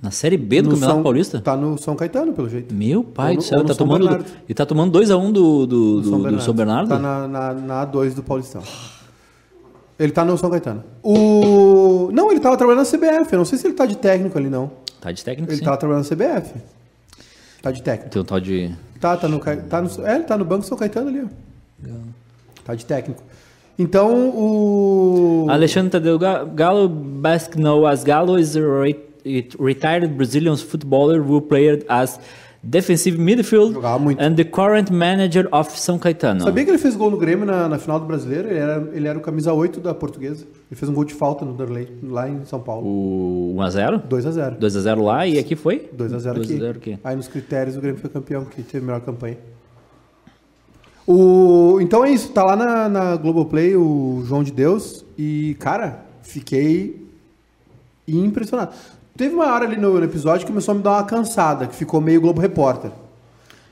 [SPEAKER 1] Na Série B do
[SPEAKER 2] No
[SPEAKER 1] Campeonato
[SPEAKER 2] São-
[SPEAKER 1] Paulista?
[SPEAKER 2] Tá no São Caetano, pelo jeito.
[SPEAKER 1] Meu pai
[SPEAKER 2] Ou no-
[SPEAKER 1] do céu,
[SPEAKER 2] ou no
[SPEAKER 1] tá
[SPEAKER 2] São
[SPEAKER 1] tomando,
[SPEAKER 2] Bernardo.
[SPEAKER 1] ele tá tomando 2x1 do, do, do, do São Bernardo.
[SPEAKER 2] Tá na, na, na A2 do Paulistão. Ele tá no São Caetano. O... Não, ele tava trabalhando na CBF. Eu não sei se ele tá de técnico ali, não.
[SPEAKER 1] Tá de técnico,
[SPEAKER 2] Ele
[SPEAKER 1] sim.
[SPEAKER 2] tava trabalhando na CBF. Tá de técnico.
[SPEAKER 1] Tem um tal de...
[SPEAKER 2] Tá, tá no, Ca- tá no. É, ele tá no Banco São Caetano ali, ó.
[SPEAKER 1] É.
[SPEAKER 2] Tá de técnico. Então, o.
[SPEAKER 1] Alexandre Tadeu Ga- Galo, best known as Galo, is a re- it- retired Brazilian footballer who played as defensive midfield
[SPEAKER 2] Jogava muito.
[SPEAKER 1] and the current manager of São Caetano.
[SPEAKER 2] Sabia que ele fez gol no Grêmio na, na final do brasileiro? Ele era, ele era o camisa 8 da portuguesa. Ele fez um gol de falta no Derlei, lá em São Paulo.
[SPEAKER 1] O 1x0?
[SPEAKER 2] 2x0.
[SPEAKER 1] 2x0 lá e aqui foi?
[SPEAKER 2] 2x0 aqui.
[SPEAKER 1] 2x0 aqui.
[SPEAKER 2] Aí nos critérios o Grêmio foi campeão, que teve a melhor campanha. O... Então é isso, tá lá na, na Globoplay o João de Deus e, cara, fiquei impressionado. Teve uma hora ali no no episódio que começou a me dar uma cansada, que ficou meio Globo Repórter.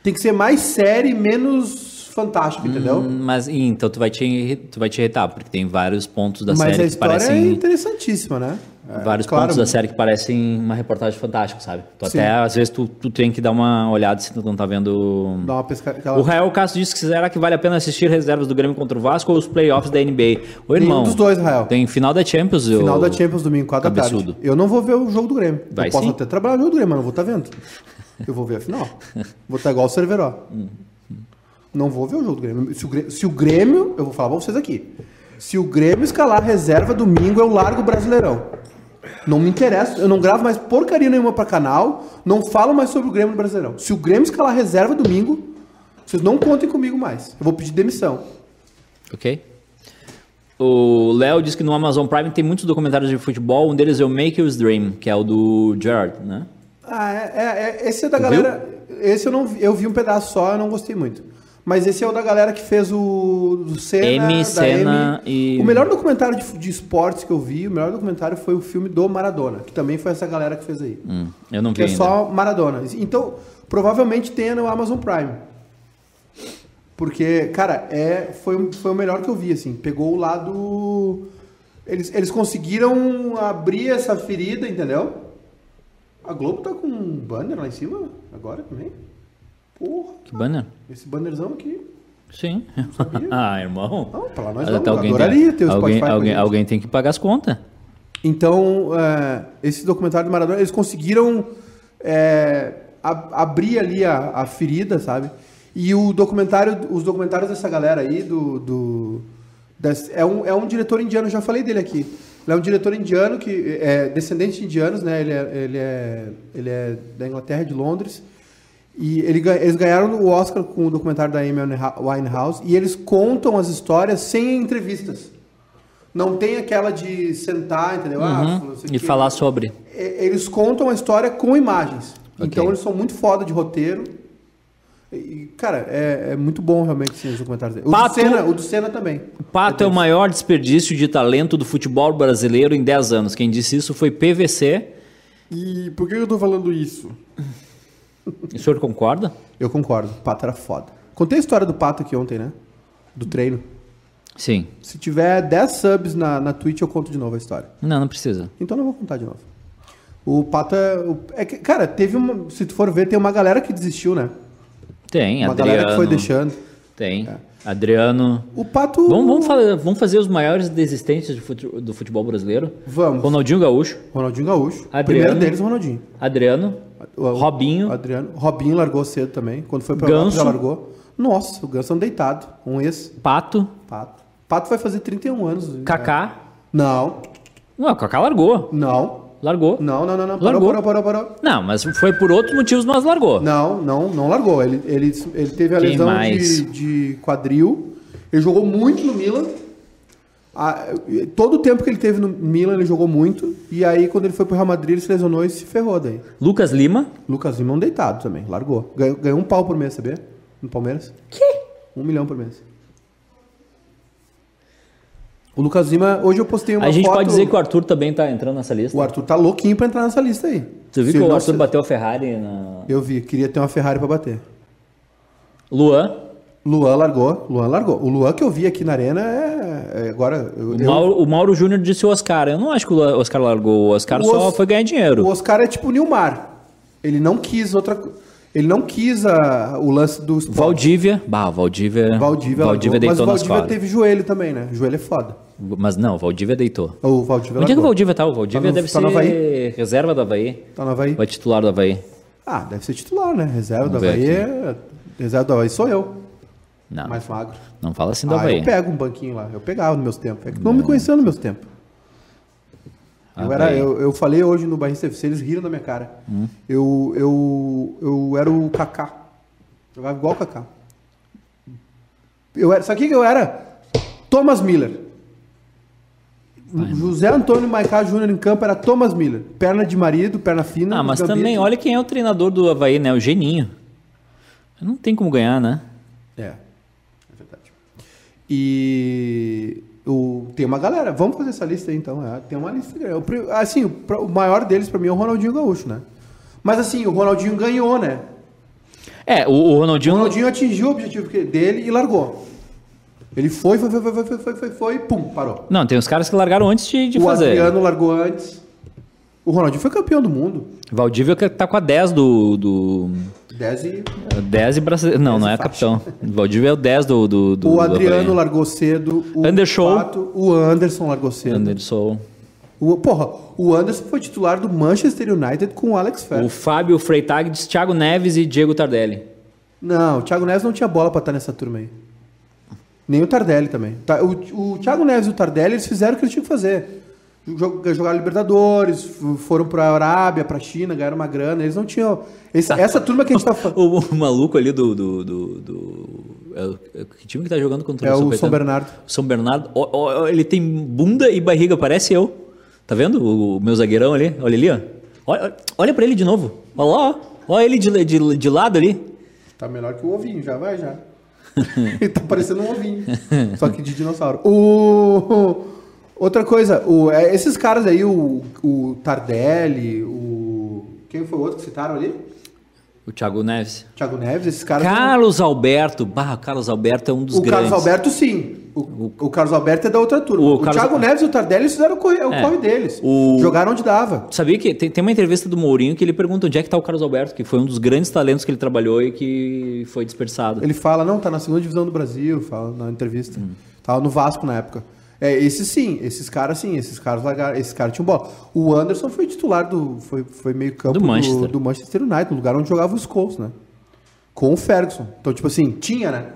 [SPEAKER 2] Tem que ser mais sério e menos fantástico, entendeu?
[SPEAKER 1] Hum, Mas e, então tu vai, te, tu vai te irritar, porque tem vários pontos da
[SPEAKER 2] Mas a
[SPEAKER 1] série que
[SPEAKER 2] história é
[SPEAKER 1] parecem...
[SPEAKER 2] interessantíssima, né? É,
[SPEAKER 1] vários
[SPEAKER 2] claro,
[SPEAKER 1] pontos da série que parecem uma reportagem fantástica, sabe? Tu
[SPEAKER 2] Sim.
[SPEAKER 1] até, às vezes, tu, tu tem que dar uma olhada se tu não tá vendo...
[SPEAKER 2] Dá uma pescada.
[SPEAKER 1] O Rael Castro disse que será que vale a pena assistir reservas do Grêmio contra o Vasco ou os playoffs da NBA? Ô, irmão.
[SPEAKER 2] dos dois, Rael.
[SPEAKER 1] Tem final da Champions.
[SPEAKER 2] Final
[SPEAKER 1] eu...
[SPEAKER 2] da Champions domingo, 4 da
[SPEAKER 1] Cabeçudo.
[SPEAKER 2] tarde. Eu não vou ver o jogo do Grêmio.
[SPEAKER 1] Vai
[SPEAKER 2] eu posso
[SPEAKER 1] sim.
[SPEAKER 2] até trabalhar no jogo do Grêmio, mas não vou estar vendo. Eu vou ver a
[SPEAKER 1] *laughs*
[SPEAKER 2] final. Vou estar igual o Cerveró. Não vou ver o jogo do Grêmio. Se o Grêmio, se o Grêmio- eu vou falar pra vocês aqui. Se o Grêmio escalar reserva domingo, eu largo o Brasileirão. Não me interessa, eu não gravo mais porcaria nenhuma pra canal, não falo mais sobre o Grêmio no Brasileirão. Se o Grêmio escalar reserva domingo, vocês não contem comigo mais. Eu vou pedir demissão.
[SPEAKER 1] Ok. O Léo disse que no Amazon Prime tem muitos documentários de futebol. Um deles é o Maker's Dream, que é o do Gerard, né?
[SPEAKER 2] Ah, é, é- é- esse é da galera. Esse eu não vi, eu vi um pedaço só, eu não gostei muito. Mas esse é o da galera que fez o do Senna,
[SPEAKER 1] M,
[SPEAKER 2] da
[SPEAKER 1] Senna e-
[SPEAKER 2] O melhor documentário de, fu- de esportes que eu vi, o melhor documentário foi o filme do Maradona, que também foi essa galera que fez aí.
[SPEAKER 1] Hum, eu não
[SPEAKER 2] que
[SPEAKER 1] vi
[SPEAKER 2] é
[SPEAKER 1] ainda.
[SPEAKER 2] só Maradona. Então, provavelmente tenha no Amazon Prime. Porque, cara, é, foi, o- foi o melhor que eu vi, assim. Pegou o lado. Eles, eles conseguiram abrir essa ferida, entendeu? A Globo tá com um banner lá em cima agora também. Porra,
[SPEAKER 1] Que banner?
[SPEAKER 2] esse bannerzão aqui.
[SPEAKER 1] Sim. *laughs* ah, irmão.
[SPEAKER 2] Não, pra lá nós
[SPEAKER 1] Até
[SPEAKER 2] vamos,
[SPEAKER 1] tá alguém
[SPEAKER 2] adoraria
[SPEAKER 1] tem...
[SPEAKER 2] ter o
[SPEAKER 1] alguém,
[SPEAKER 2] Spotify com a
[SPEAKER 1] alguém,
[SPEAKER 2] gente.
[SPEAKER 1] alguém tem que pagar as contas.
[SPEAKER 2] Então, é, esse documentário do Maradona, eles conseguiram é, a- abrir ali a, a ferida, sabe? E o documentário, os documentários dessa galera aí, do. do- das- é, um, é um diretor indiano, já falei dele aqui. Ele é um diretor indiano que é descendente de indianos, né? Ele é, ele é, ele é da Inglaterra, de Londres. E ele ga- eles ganharam o Oscar com o documentário da Amy Winehouse. E eles contam as histórias sem entrevistas. Não tem aquela de sentar, entendeu? Ah,
[SPEAKER 1] Uhum.
[SPEAKER 2] não sei o
[SPEAKER 1] E
[SPEAKER 2] quê.
[SPEAKER 1] falar sobre.
[SPEAKER 2] E- Eles contam a história com imagens.
[SPEAKER 1] Ok.
[SPEAKER 2] Então eles são muito foda de roteiro. E, cara, é, é muito bom realmente sim, os documentários dele. O
[SPEAKER 1] Pato-
[SPEAKER 2] do Senna, o do Senna também.
[SPEAKER 1] Pato é o maior desperdício de talento do futebol brasileiro em 10 anos. Quem disse isso foi PVC.
[SPEAKER 3] E por que eu tô falando isso?
[SPEAKER 1] O senhor concorda?
[SPEAKER 2] Eu concordo, o Pato era foda. Contei a história do Pato aqui ontem, né? Do treino.
[SPEAKER 1] Sim.
[SPEAKER 2] Se tiver 10 subs na, na Twitch, eu conto de novo a história.
[SPEAKER 1] Não, não precisa.
[SPEAKER 2] Então não vou contar de novo. O Pato é. o- é que, cara, teve uma. Se tu for ver, tem uma galera que desistiu, né?
[SPEAKER 1] Tem,
[SPEAKER 2] Uma
[SPEAKER 1] Adriano.
[SPEAKER 2] galera que foi deixando. É.
[SPEAKER 1] Tem. Adriano.
[SPEAKER 2] O Pato.
[SPEAKER 1] Vamos, vamos, fazer, vamos fazer os maiores desistentes do fute- do futebol brasileiro.
[SPEAKER 2] Vamos.
[SPEAKER 1] Ronaldinho Gaúcho,
[SPEAKER 2] Ronaldinho Gaúcho.
[SPEAKER 1] Adriano.
[SPEAKER 2] Primeiro deles, o Ronaldinho.
[SPEAKER 1] Adriano,
[SPEAKER 2] O- o-
[SPEAKER 1] Robinho,
[SPEAKER 2] Adriano. Robinho largou cedo também. Quando foi pra
[SPEAKER 1] Ganso.
[SPEAKER 2] já largou. Nossa, o Ganso é um deitado. Um ex.
[SPEAKER 1] Pato,
[SPEAKER 2] Pato. Pato vai fazer 31 anos.
[SPEAKER 1] Kaká.
[SPEAKER 2] Não.
[SPEAKER 1] Não, o Kaká largou.
[SPEAKER 2] Não.
[SPEAKER 1] Largou.
[SPEAKER 2] Não, não, não, não.
[SPEAKER 1] Largou.
[SPEAKER 2] Parou, parou, parou, parou.
[SPEAKER 1] Não, mas foi por outros motivos, mas largou.
[SPEAKER 2] Não, não, não largou. Ele, ele, ele teve a
[SPEAKER 1] Quem
[SPEAKER 2] lesão
[SPEAKER 1] mais?
[SPEAKER 2] de, de quadril. Ele jogou muito no Milan. Ah, todo o tempo que ele teve no Milan, ele jogou muito. E aí, quando ele foi pro Real Madrid, ele se lesionou e se ferrou daí.
[SPEAKER 1] Lucas Lima.
[SPEAKER 2] Lucas Lima é um deitado também, largou. Ganhou, ganhou um pau por mês, sabia? No Palmeiras. Que? Um milhão por mês. O Lucas Lima, hoje eu postei uma
[SPEAKER 1] a gente
[SPEAKER 2] foto-
[SPEAKER 1] pode dizer que o Arthur também tá entrando nessa lista.
[SPEAKER 2] o Arthur tá louquinho pra entrar nessa lista aí.
[SPEAKER 1] Tu viu
[SPEAKER 2] Se
[SPEAKER 1] que
[SPEAKER 2] ele
[SPEAKER 1] o
[SPEAKER 2] não-
[SPEAKER 1] Arthur bateu a Ferrari na.
[SPEAKER 2] Eu vi, queria ter uma Ferrari pra bater.
[SPEAKER 1] Luan.
[SPEAKER 2] Luan largou, Luan largou. O Luan que eu vi aqui na arena é, é agora eu-
[SPEAKER 1] O
[SPEAKER 2] eu-
[SPEAKER 1] Mauro, o Mauro Júnior disse o Oscar. Eu não acho que o Lu- Oscar largou. O Oscar
[SPEAKER 2] O
[SPEAKER 1] só
[SPEAKER 2] Os-
[SPEAKER 1] foi ganhar dinheiro.
[SPEAKER 2] o Oscar é tipo o Nilmar. Ele não quis outra co- ele não quis a- o lance do esporte.
[SPEAKER 1] Valdívia. Bah, o Valdívia.
[SPEAKER 2] Valdívia,
[SPEAKER 1] Valdívia
[SPEAKER 2] largou, mas o
[SPEAKER 1] deitou nas
[SPEAKER 2] Valdívia
[SPEAKER 1] quadras.
[SPEAKER 2] teve joelho também, né? Joelho é foda.
[SPEAKER 1] Mas não, o Valdívia deitou.
[SPEAKER 2] O Valdívia
[SPEAKER 1] Onde é que o
[SPEAKER 2] largou.
[SPEAKER 1] Valdívia tá? O Valdívia
[SPEAKER 2] Tá no-
[SPEAKER 1] deve
[SPEAKER 2] tá no
[SPEAKER 1] ser reserva do Havaí.
[SPEAKER 2] Tá no Havaí?
[SPEAKER 1] Ou é titular do Havaí?
[SPEAKER 2] Ah, deve ser titular, né? Reserva do
[SPEAKER 1] Vamos ver
[SPEAKER 2] Havaí é... Reserva do Havaí sou eu,
[SPEAKER 1] Não.
[SPEAKER 2] mais magro.
[SPEAKER 1] Não fala assim do
[SPEAKER 2] Ah,
[SPEAKER 1] Havaí.
[SPEAKER 2] eu pego um banquinho lá. Eu pegava nos meus tempos. É que não me conheceu nos meus tempos. Eu, era,
[SPEAKER 1] Havaí. Hum.
[SPEAKER 2] eu, eu falei hoje no Barrista FC, eles riram da minha cara. Eu, eu, eu era o Kaká. Jogava igual o Kaká. Eu era, sabe quem que eu era? Thomas Miller. José Antônio Maicá Júnior em campo era Thomas Miller. Perna de marido, perna fina.
[SPEAKER 1] Ah, mas
[SPEAKER 2] gambito.
[SPEAKER 1] também, olha quem é o treinador do Havaí, né? O Geninho. Não tem como ganhar, né?
[SPEAKER 2] É, é verdade. E o, tem uma galera. Vamos fazer essa lista aí, então. É, tem uma lista. grande. O pri- assim, o, pra- o maior deles pra mim é o Ronaldinho Gaúcho, né? Mas assim, o Ronaldinho ganhou, né?
[SPEAKER 1] É, o, o Ronaldinho.
[SPEAKER 2] O Ronaldinho atingiu o objetivo que- dele e largou. Ele foi, foi, foi, foi, foi, foi, foi, foi, foi e pum, parou.
[SPEAKER 1] Não, tem uns caras que largaram antes de, de
[SPEAKER 2] o
[SPEAKER 1] fazer.
[SPEAKER 2] Adriano largou antes. O Ronaldinho foi campeão do mundo.
[SPEAKER 1] Valdívia que tá com a 10 do. do
[SPEAKER 2] 10 e.
[SPEAKER 1] 10 e brasileiro. Não, não é
[SPEAKER 2] faixa.
[SPEAKER 1] capitão. Valdívia é o 10 do. do, do
[SPEAKER 2] O
[SPEAKER 1] do
[SPEAKER 2] Adriano
[SPEAKER 1] Havaí.
[SPEAKER 2] largou cedo. O
[SPEAKER 1] Anderson.
[SPEAKER 2] Pato- o Anderson largou cedo.
[SPEAKER 1] Anderson.
[SPEAKER 2] O, porra, o Anderson foi titular do Manchester United com o Alex
[SPEAKER 1] O
[SPEAKER 2] Ferguson.
[SPEAKER 1] Fábio Freitag diz Thiago Neves e Diego Tardelli.
[SPEAKER 2] Não, o Thiago Neves não tinha bola pra estar nessa turma aí. Nem o Tardelli também. Tá, O, o Thiago Neves e o Tardelli, eles fizeram o que eles tinham que fazer. Jo- Jogaram Libertadores, f- foram pra Arábia, pra China, ganharam uma grana. Eles não tinham... esse- essa turma que a gente tá
[SPEAKER 1] *laughs*
[SPEAKER 2] falando...
[SPEAKER 1] O, o maluco ali do. do, do, do- é o- é o- que time que tá jogando contra
[SPEAKER 2] É
[SPEAKER 1] São
[SPEAKER 2] o São
[SPEAKER 1] Caetano?
[SPEAKER 2] Bernardo.
[SPEAKER 1] São Bernardo. Ó, ó, ó, ele tem bunda e barriga, parece eu. Tá vendo o, o meu zagueirão ali? Olha ali, ó. Olha, olha pra ele de novo. Olha lá, ó. Olha ele de, de, de lado ali.
[SPEAKER 2] Tá melhor que o ovinho, já vai, já. *laughs* Ele tá parecendo um ovinho. Só que de dinossauro. O... Outra coisa, o... é, esses caras aí, o... o Tardelli, o. Quem foi o outro que citaram ali?
[SPEAKER 1] O Thiago Neves.
[SPEAKER 2] Thiago Neves, esses caras.
[SPEAKER 1] Carlos Alberto. Bah, Carlos Alberto é um dos
[SPEAKER 2] o
[SPEAKER 1] grandes.
[SPEAKER 2] Carlos Alberto, sim. O... o Carlos Alberto é da outra turma.
[SPEAKER 1] O
[SPEAKER 2] O,
[SPEAKER 1] Carlos-
[SPEAKER 2] Thiago Neves e o Tardelli eles fizeram o corre, o
[SPEAKER 1] É.
[SPEAKER 2] corre deles.
[SPEAKER 1] O-
[SPEAKER 2] Jogaram onde dava.
[SPEAKER 1] Sabia que tem, tem uma entrevista do Mourinho que ele pergunta onde é que tá o Carlos Alberto, que foi um dos grandes talentos que ele trabalhou e que foi dispersado.
[SPEAKER 2] Ele fala, não, tá na segunda divisão do Brasil, fala na entrevista.
[SPEAKER 1] Hum.
[SPEAKER 2] Tava no Vasco na época. É, esse sim, esses caras sim, esses caras largaram, esses caras tinham bola. O Anderson foi titular do. Foi, foi meio campo
[SPEAKER 1] Do Manchester.
[SPEAKER 2] do Manchester United, no lugar onde jogava os Colts, né? Com o Ferguson. Então, tipo assim, tinha, né?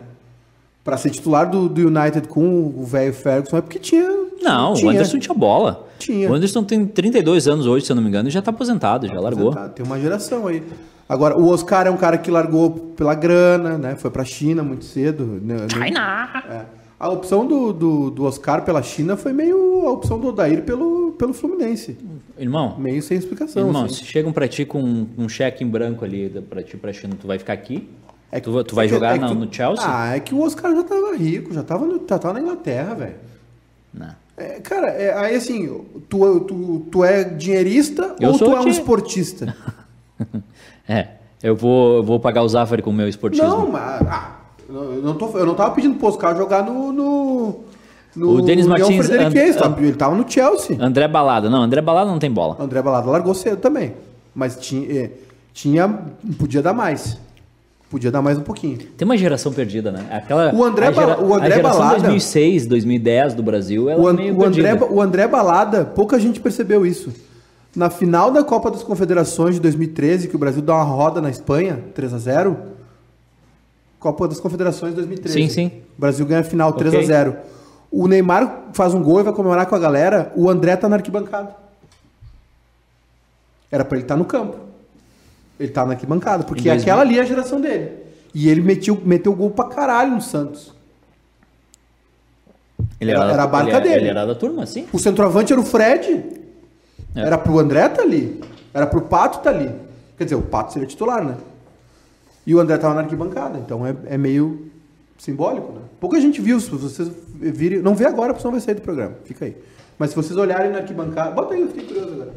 [SPEAKER 2] Pra ser titular do, do United com o velho Ferguson é porque tinha.
[SPEAKER 1] Não,
[SPEAKER 2] tinha.
[SPEAKER 1] o Anderson tinha bola.
[SPEAKER 2] Tinha.
[SPEAKER 1] O Anderson tem 32 anos hoje, se eu não me engano, e já tá aposentado, já largou.
[SPEAKER 2] Tá, Tem uma geração aí. Agora, o Oscar é um cara que largou pela grana, né? Foi pra China muito cedo. né?
[SPEAKER 1] China!
[SPEAKER 2] É. A opção do, do, do Oscar pela China foi meio a opção do Odair pelo, pelo Fluminense.
[SPEAKER 1] Irmão,
[SPEAKER 2] Meio sem explicação.
[SPEAKER 1] irmão,
[SPEAKER 2] assim.
[SPEAKER 1] se chegam pra ti com um um cheque em branco ali da- pra ti pra China, tu vai ficar aqui?
[SPEAKER 2] É
[SPEAKER 1] tu, tu vai
[SPEAKER 2] que-
[SPEAKER 1] jogar
[SPEAKER 2] é que
[SPEAKER 1] na-
[SPEAKER 2] tu-
[SPEAKER 1] no Chelsea?
[SPEAKER 2] Ah, é que o Oscar já tava rico, já tava, no- já tava na Inglaterra, velho.
[SPEAKER 1] Não. *laughs*
[SPEAKER 2] É, cara, é, aí assim, tu, tu, tu é dinheirista
[SPEAKER 1] Eu
[SPEAKER 2] ou
[SPEAKER 1] sou
[SPEAKER 2] tu é um
[SPEAKER 1] dinhe- *laughs*
[SPEAKER 2] esportista?
[SPEAKER 1] É, eu vou, eu vou pagar o Zafari né? com o meu esportismo.
[SPEAKER 2] não, mas. ah, eu, não tô, eu não tava pedindo pro Oscar jogar no. no No
[SPEAKER 1] O Denis
[SPEAKER 2] União
[SPEAKER 1] Martins-
[SPEAKER 2] Frederiquense,
[SPEAKER 1] And-
[SPEAKER 2] tá? ele tava no Chelsea.
[SPEAKER 1] André Balada. Não, André Balada não tem bola.
[SPEAKER 2] O André Balada largou cedo também. Mas tinha, eh, tinha. Podia dar mais. Podia dar mais um pouquinho.
[SPEAKER 1] Tem uma geração perdida, né? Aquela,
[SPEAKER 2] O André
[SPEAKER 1] a gera-
[SPEAKER 2] Bala- o André
[SPEAKER 1] a geração
[SPEAKER 2] Balada-
[SPEAKER 1] 2006, 2010 do Brasil, ela
[SPEAKER 2] O, An-
[SPEAKER 1] é meio
[SPEAKER 2] o André,
[SPEAKER 1] perdida.
[SPEAKER 2] o André Balada, pouca gente percebeu isso. Na final da Copa das Confederações de 2013, que o Brasil dá uma roda na Espanha, 3 a 0 Copa das Confederações de 2013.
[SPEAKER 1] Sim, sim.
[SPEAKER 2] O Brasil ganha a final 3
[SPEAKER 1] Ok.
[SPEAKER 2] a 0 O Neymar faz um gol e vai comemorar com a galera. O André tá na arquibancada. Era pra ele estar no campo. Ele tá na arquibancada, porque
[SPEAKER 1] Em 2000.
[SPEAKER 2] aquela ali é a geração dele. E ele metiu, meteu gol pra caralho no Santos.
[SPEAKER 1] Ele
[SPEAKER 2] era-
[SPEAKER 1] da-
[SPEAKER 2] era a barca
[SPEAKER 1] ele era-
[SPEAKER 2] dele.
[SPEAKER 1] Ele era da turma, sim.
[SPEAKER 2] O centroavante era o Fred.
[SPEAKER 1] É.
[SPEAKER 2] Era pro André tá ali. Era pro Pato tá ali. Quer dizer, o Pato seria titular, né? E o André tava na arquibancada, então é, é meio simbólico, né? Pouca gente viu, se vocês virem. Não vê agora, porque senão vai sair do programa. Fica aí. Mas se vocês olharem na arquibancada. Bota aí, eu fiquei curioso agora.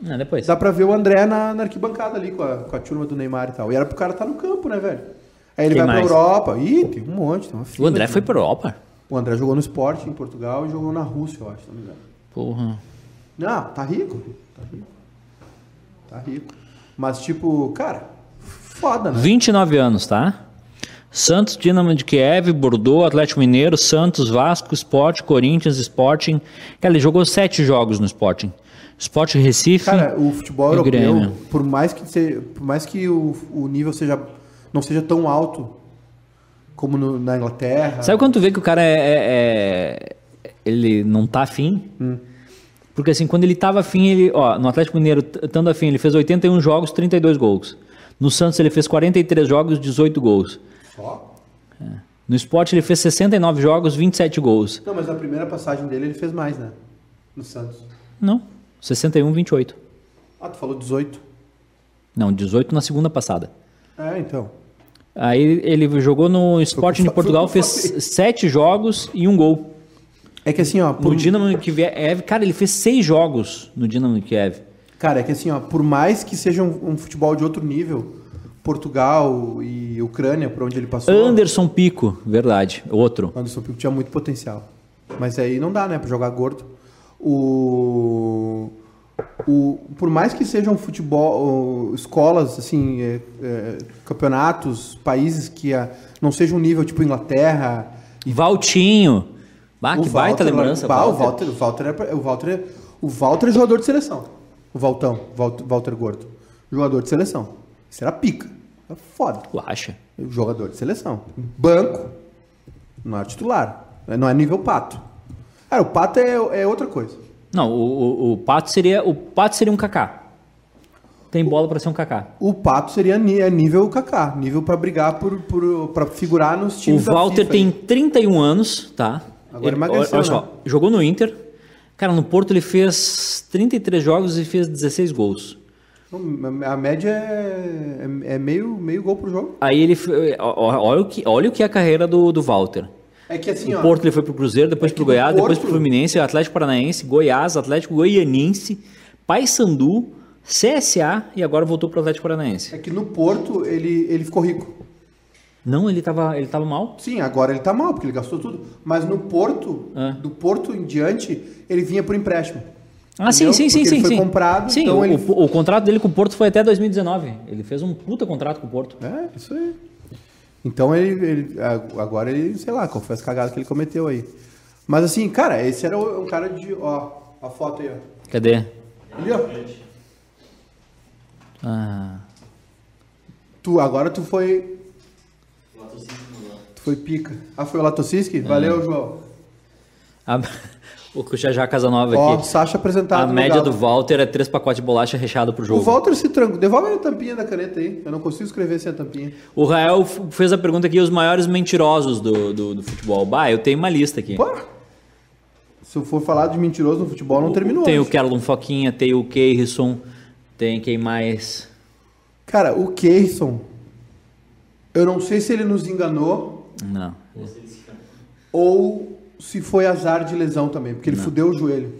[SPEAKER 1] Não, É, depois.
[SPEAKER 2] Dá pra ver o André na, na arquibancada ali com a, com a turma do Neymar e tal. E era pro cara estar no campo, né, velho? Aí ele
[SPEAKER 1] Quem
[SPEAKER 2] vai
[SPEAKER 1] mais?
[SPEAKER 2] pra Europa. Ih, tem um monte, tem uma
[SPEAKER 1] O
[SPEAKER 2] fila
[SPEAKER 1] André
[SPEAKER 2] de-
[SPEAKER 1] foi pra Europa?
[SPEAKER 2] O André jogou no esporte em Portugal e jogou na Rússia, eu acho, se não me engano.
[SPEAKER 1] Porra.
[SPEAKER 2] Não, tá rico. Tá rico. Tá rico. Mas, tipo, cara, foda, né?
[SPEAKER 1] 29 anos, tá? Santos, Dinamo de Kiev, Bordeaux, Atlético Mineiro, Santos, Vasco, Sport, Corinthians, Sporting. Cara, ele jogou sete jogos no Sporting. Sport Recife.
[SPEAKER 2] Cara, o futebol
[SPEAKER 1] E
[SPEAKER 2] europeu,
[SPEAKER 1] Grêmio.
[SPEAKER 2] por mais que, se- por mais que o, o nível seja, não seja tão alto como no- na Inglaterra.
[SPEAKER 1] Sabe quando tu vê que o cara é. é- é- ele não tá afim?
[SPEAKER 2] Hum.
[SPEAKER 1] Porque assim, quando ele tava afim, ele. Ó, no Atlético Mineiro, t- estando afim, ele fez 81 jogos, 32 gols. No Santos, ele fez 43 jogos, 18 gols.
[SPEAKER 2] Só?
[SPEAKER 1] No Sport, ele fez 69 jogos, 27 gols.
[SPEAKER 2] Não, mas na primeira passagem dele ele fez mais, né? No Santos.
[SPEAKER 1] Não, 61, 28.
[SPEAKER 2] Ah, tu falou 18.
[SPEAKER 1] Não, 18 na segunda passada.
[SPEAKER 2] É, então.
[SPEAKER 1] Aí ele jogou no Sporting de
[SPEAKER 2] Foi o que eu
[SPEAKER 1] Portugal,
[SPEAKER 2] falei.
[SPEAKER 1] fez sete jogos e um gol.
[SPEAKER 2] É que assim, ó,
[SPEAKER 1] No
[SPEAKER 2] por,
[SPEAKER 1] Dinamo de Kiev, é, cara, ele fez seis jogos no Dinamo de Kiev.
[SPEAKER 2] cara, é que assim, ó, por mais que seja um, um futebol de outro nível, Portugal e Ucrânia, por onde ele passou.
[SPEAKER 1] Anderson Pico, verdade, outro.
[SPEAKER 2] Anderson Pico tinha muito potencial. Mas aí não dá, né? Pra jogar gordo. O... O... Por mais que sejam futebol, o- escolas, assim, é, é, campeonatos, países que ah, não sejam um nível tipo Inglaterra... E
[SPEAKER 1] Valtinho. Bah, Ah, que baita lembrança.
[SPEAKER 2] Bah, o
[SPEAKER 1] Walter.
[SPEAKER 2] Walter, o Walter, é, pra- o Walter é- o Walter é jogador de seleção. O Valtão, Walter, Walter Gordo. Jogador de seleção. Isso era pica. Era foda
[SPEAKER 1] Tu acha?
[SPEAKER 2] jogador de seleção. Banco não é titular. Não é nível pato. Cara, o pato é, é outra coisa.
[SPEAKER 1] Não, o, o- o Pato seria o Pato seria um Kaká. Tem bola pra ser um Kaká.
[SPEAKER 2] O pato seria ni- é nível Kaká, nível pra brigar por, por para figurar nos
[SPEAKER 1] O
[SPEAKER 2] times da
[SPEAKER 1] Walter
[SPEAKER 2] FIFA.
[SPEAKER 1] tem 31 anos, tá?
[SPEAKER 2] Agora emagreceu,
[SPEAKER 1] olha só,
[SPEAKER 2] né?
[SPEAKER 1] jogou no Inter. Cara, no Porto ele fez 33 jogos e fez 16 gols.
[SPEAKER 2] A média é, é- é meio, meio gol por jogo.
[SPEAKER 1] Aí ele foi- ó- ó- olha o que olha o que é a carreira do, do Walter.
[SPEAKER 2] É que assim,
[SPEAKER 1] O
[SPEAKER 2] ó,
[SPEAKER 1] Porto ele foi pro Cruzeiro, depois
[SPEAKER 2] É que
[SPEAKER 1] pro
[SPEAKER 2] do
[SPEAKER 1] Goiás, depois
[SPEAKER 2] Porto-
[SPEAKER 1] pro Fluminense, Atlético Paranaense, Goiás, Atlético Goianinse, Paysandu, CSA e agora voltou pro Atlético Paranaense.
[SPEAKER 2] é que no Porto ele, ele ficou rico.
[SPEAKER 1] Não, ele tava ele tava mal.
[SPEAKER 2] Sim, agora ele tá mal, porque ele gastou tudo. Mas no Porto,
[SPEAKER 1] É.
[SPEAKER 2] do Porto em diante, ele vinha por empréstimo.
[SPEAKER 1] Ah, sim,
[SPEAKER 2] Entendeu?
[SPEAKER 1] sim, sim,
[SPEAKER 2] Porque
[SPEAKER 1] sim,
[SPEAKER 2] ele
[SPEAKER 1] sim.
[SPEAKER 2] foi comprado,
[SPEAKER 1] sim,
[SPEAKER 2] então
[SPEAKER 1] o,
[SPEAKER 2] ele-
[SPEAKER 1] o- o contrato dele com o Porto foi até 2019. Ele fez um puta contrato com o Porto.
[SPEAKER 2] É, isso aí. Então ele, ele- a- agora ele, sei lá, qual foi as cagadas que ele cometeu aí. Mas assim, cara, esse era o- um cara de, ó, a foto aí, ó.
[SPEAKER 1] Cadê?
[SPEAKER 2] Ali, ó.
[SPEAKER 1] Ah,
[SPEAKER 2] Tu, agora tu foi... Tu foi pica. Ah, foi o Latociski?
[SPEAKER 1] É.
[SPEAKER 2] Valeu, João.
[SPEAKER 1] a- *laughs* o é Jajá Casanova
[SPEAKER 2] Ó,
[SPEAKER 1] aqui.
[SPEAKER 2] Sasha apresentado.
[SPEAKER 1] A
[SPEAKER 2] no
[SPEAKER 1] média
[SPEAKER 2] Galo.
[SPEAKER 1] do Walter é três pacotes de bolacha recheado pro jogo.
[SPEAKER 2] O Walter se trancou. Devolve a tampinha da caneta aí. Eu não consigo escrever sem a tampinha.
[SPEAKER 1] O Rael f- fez a pergunta aqui, os maiores mentirosos do, do, do futebol. Bah, eu tenho uma lista aqui.
[SPEAKER 2] Pô! Se eu for falar de mentiroso no futebol, não terminou.
[SPEAKER 1] Tem o
[SPEAKER 2] hoje.
[SPEAKER 1] Carlon Foquinha, tem o Keirson, tem quem mais?
[SPEAKER 2] Cara, o Keyson, eu não sei se ele nos enganou
[SPEAKER 1] Não.
[SPEAKER 2] Ou se foi azar de lesão também, porque ele fudeu o joelho.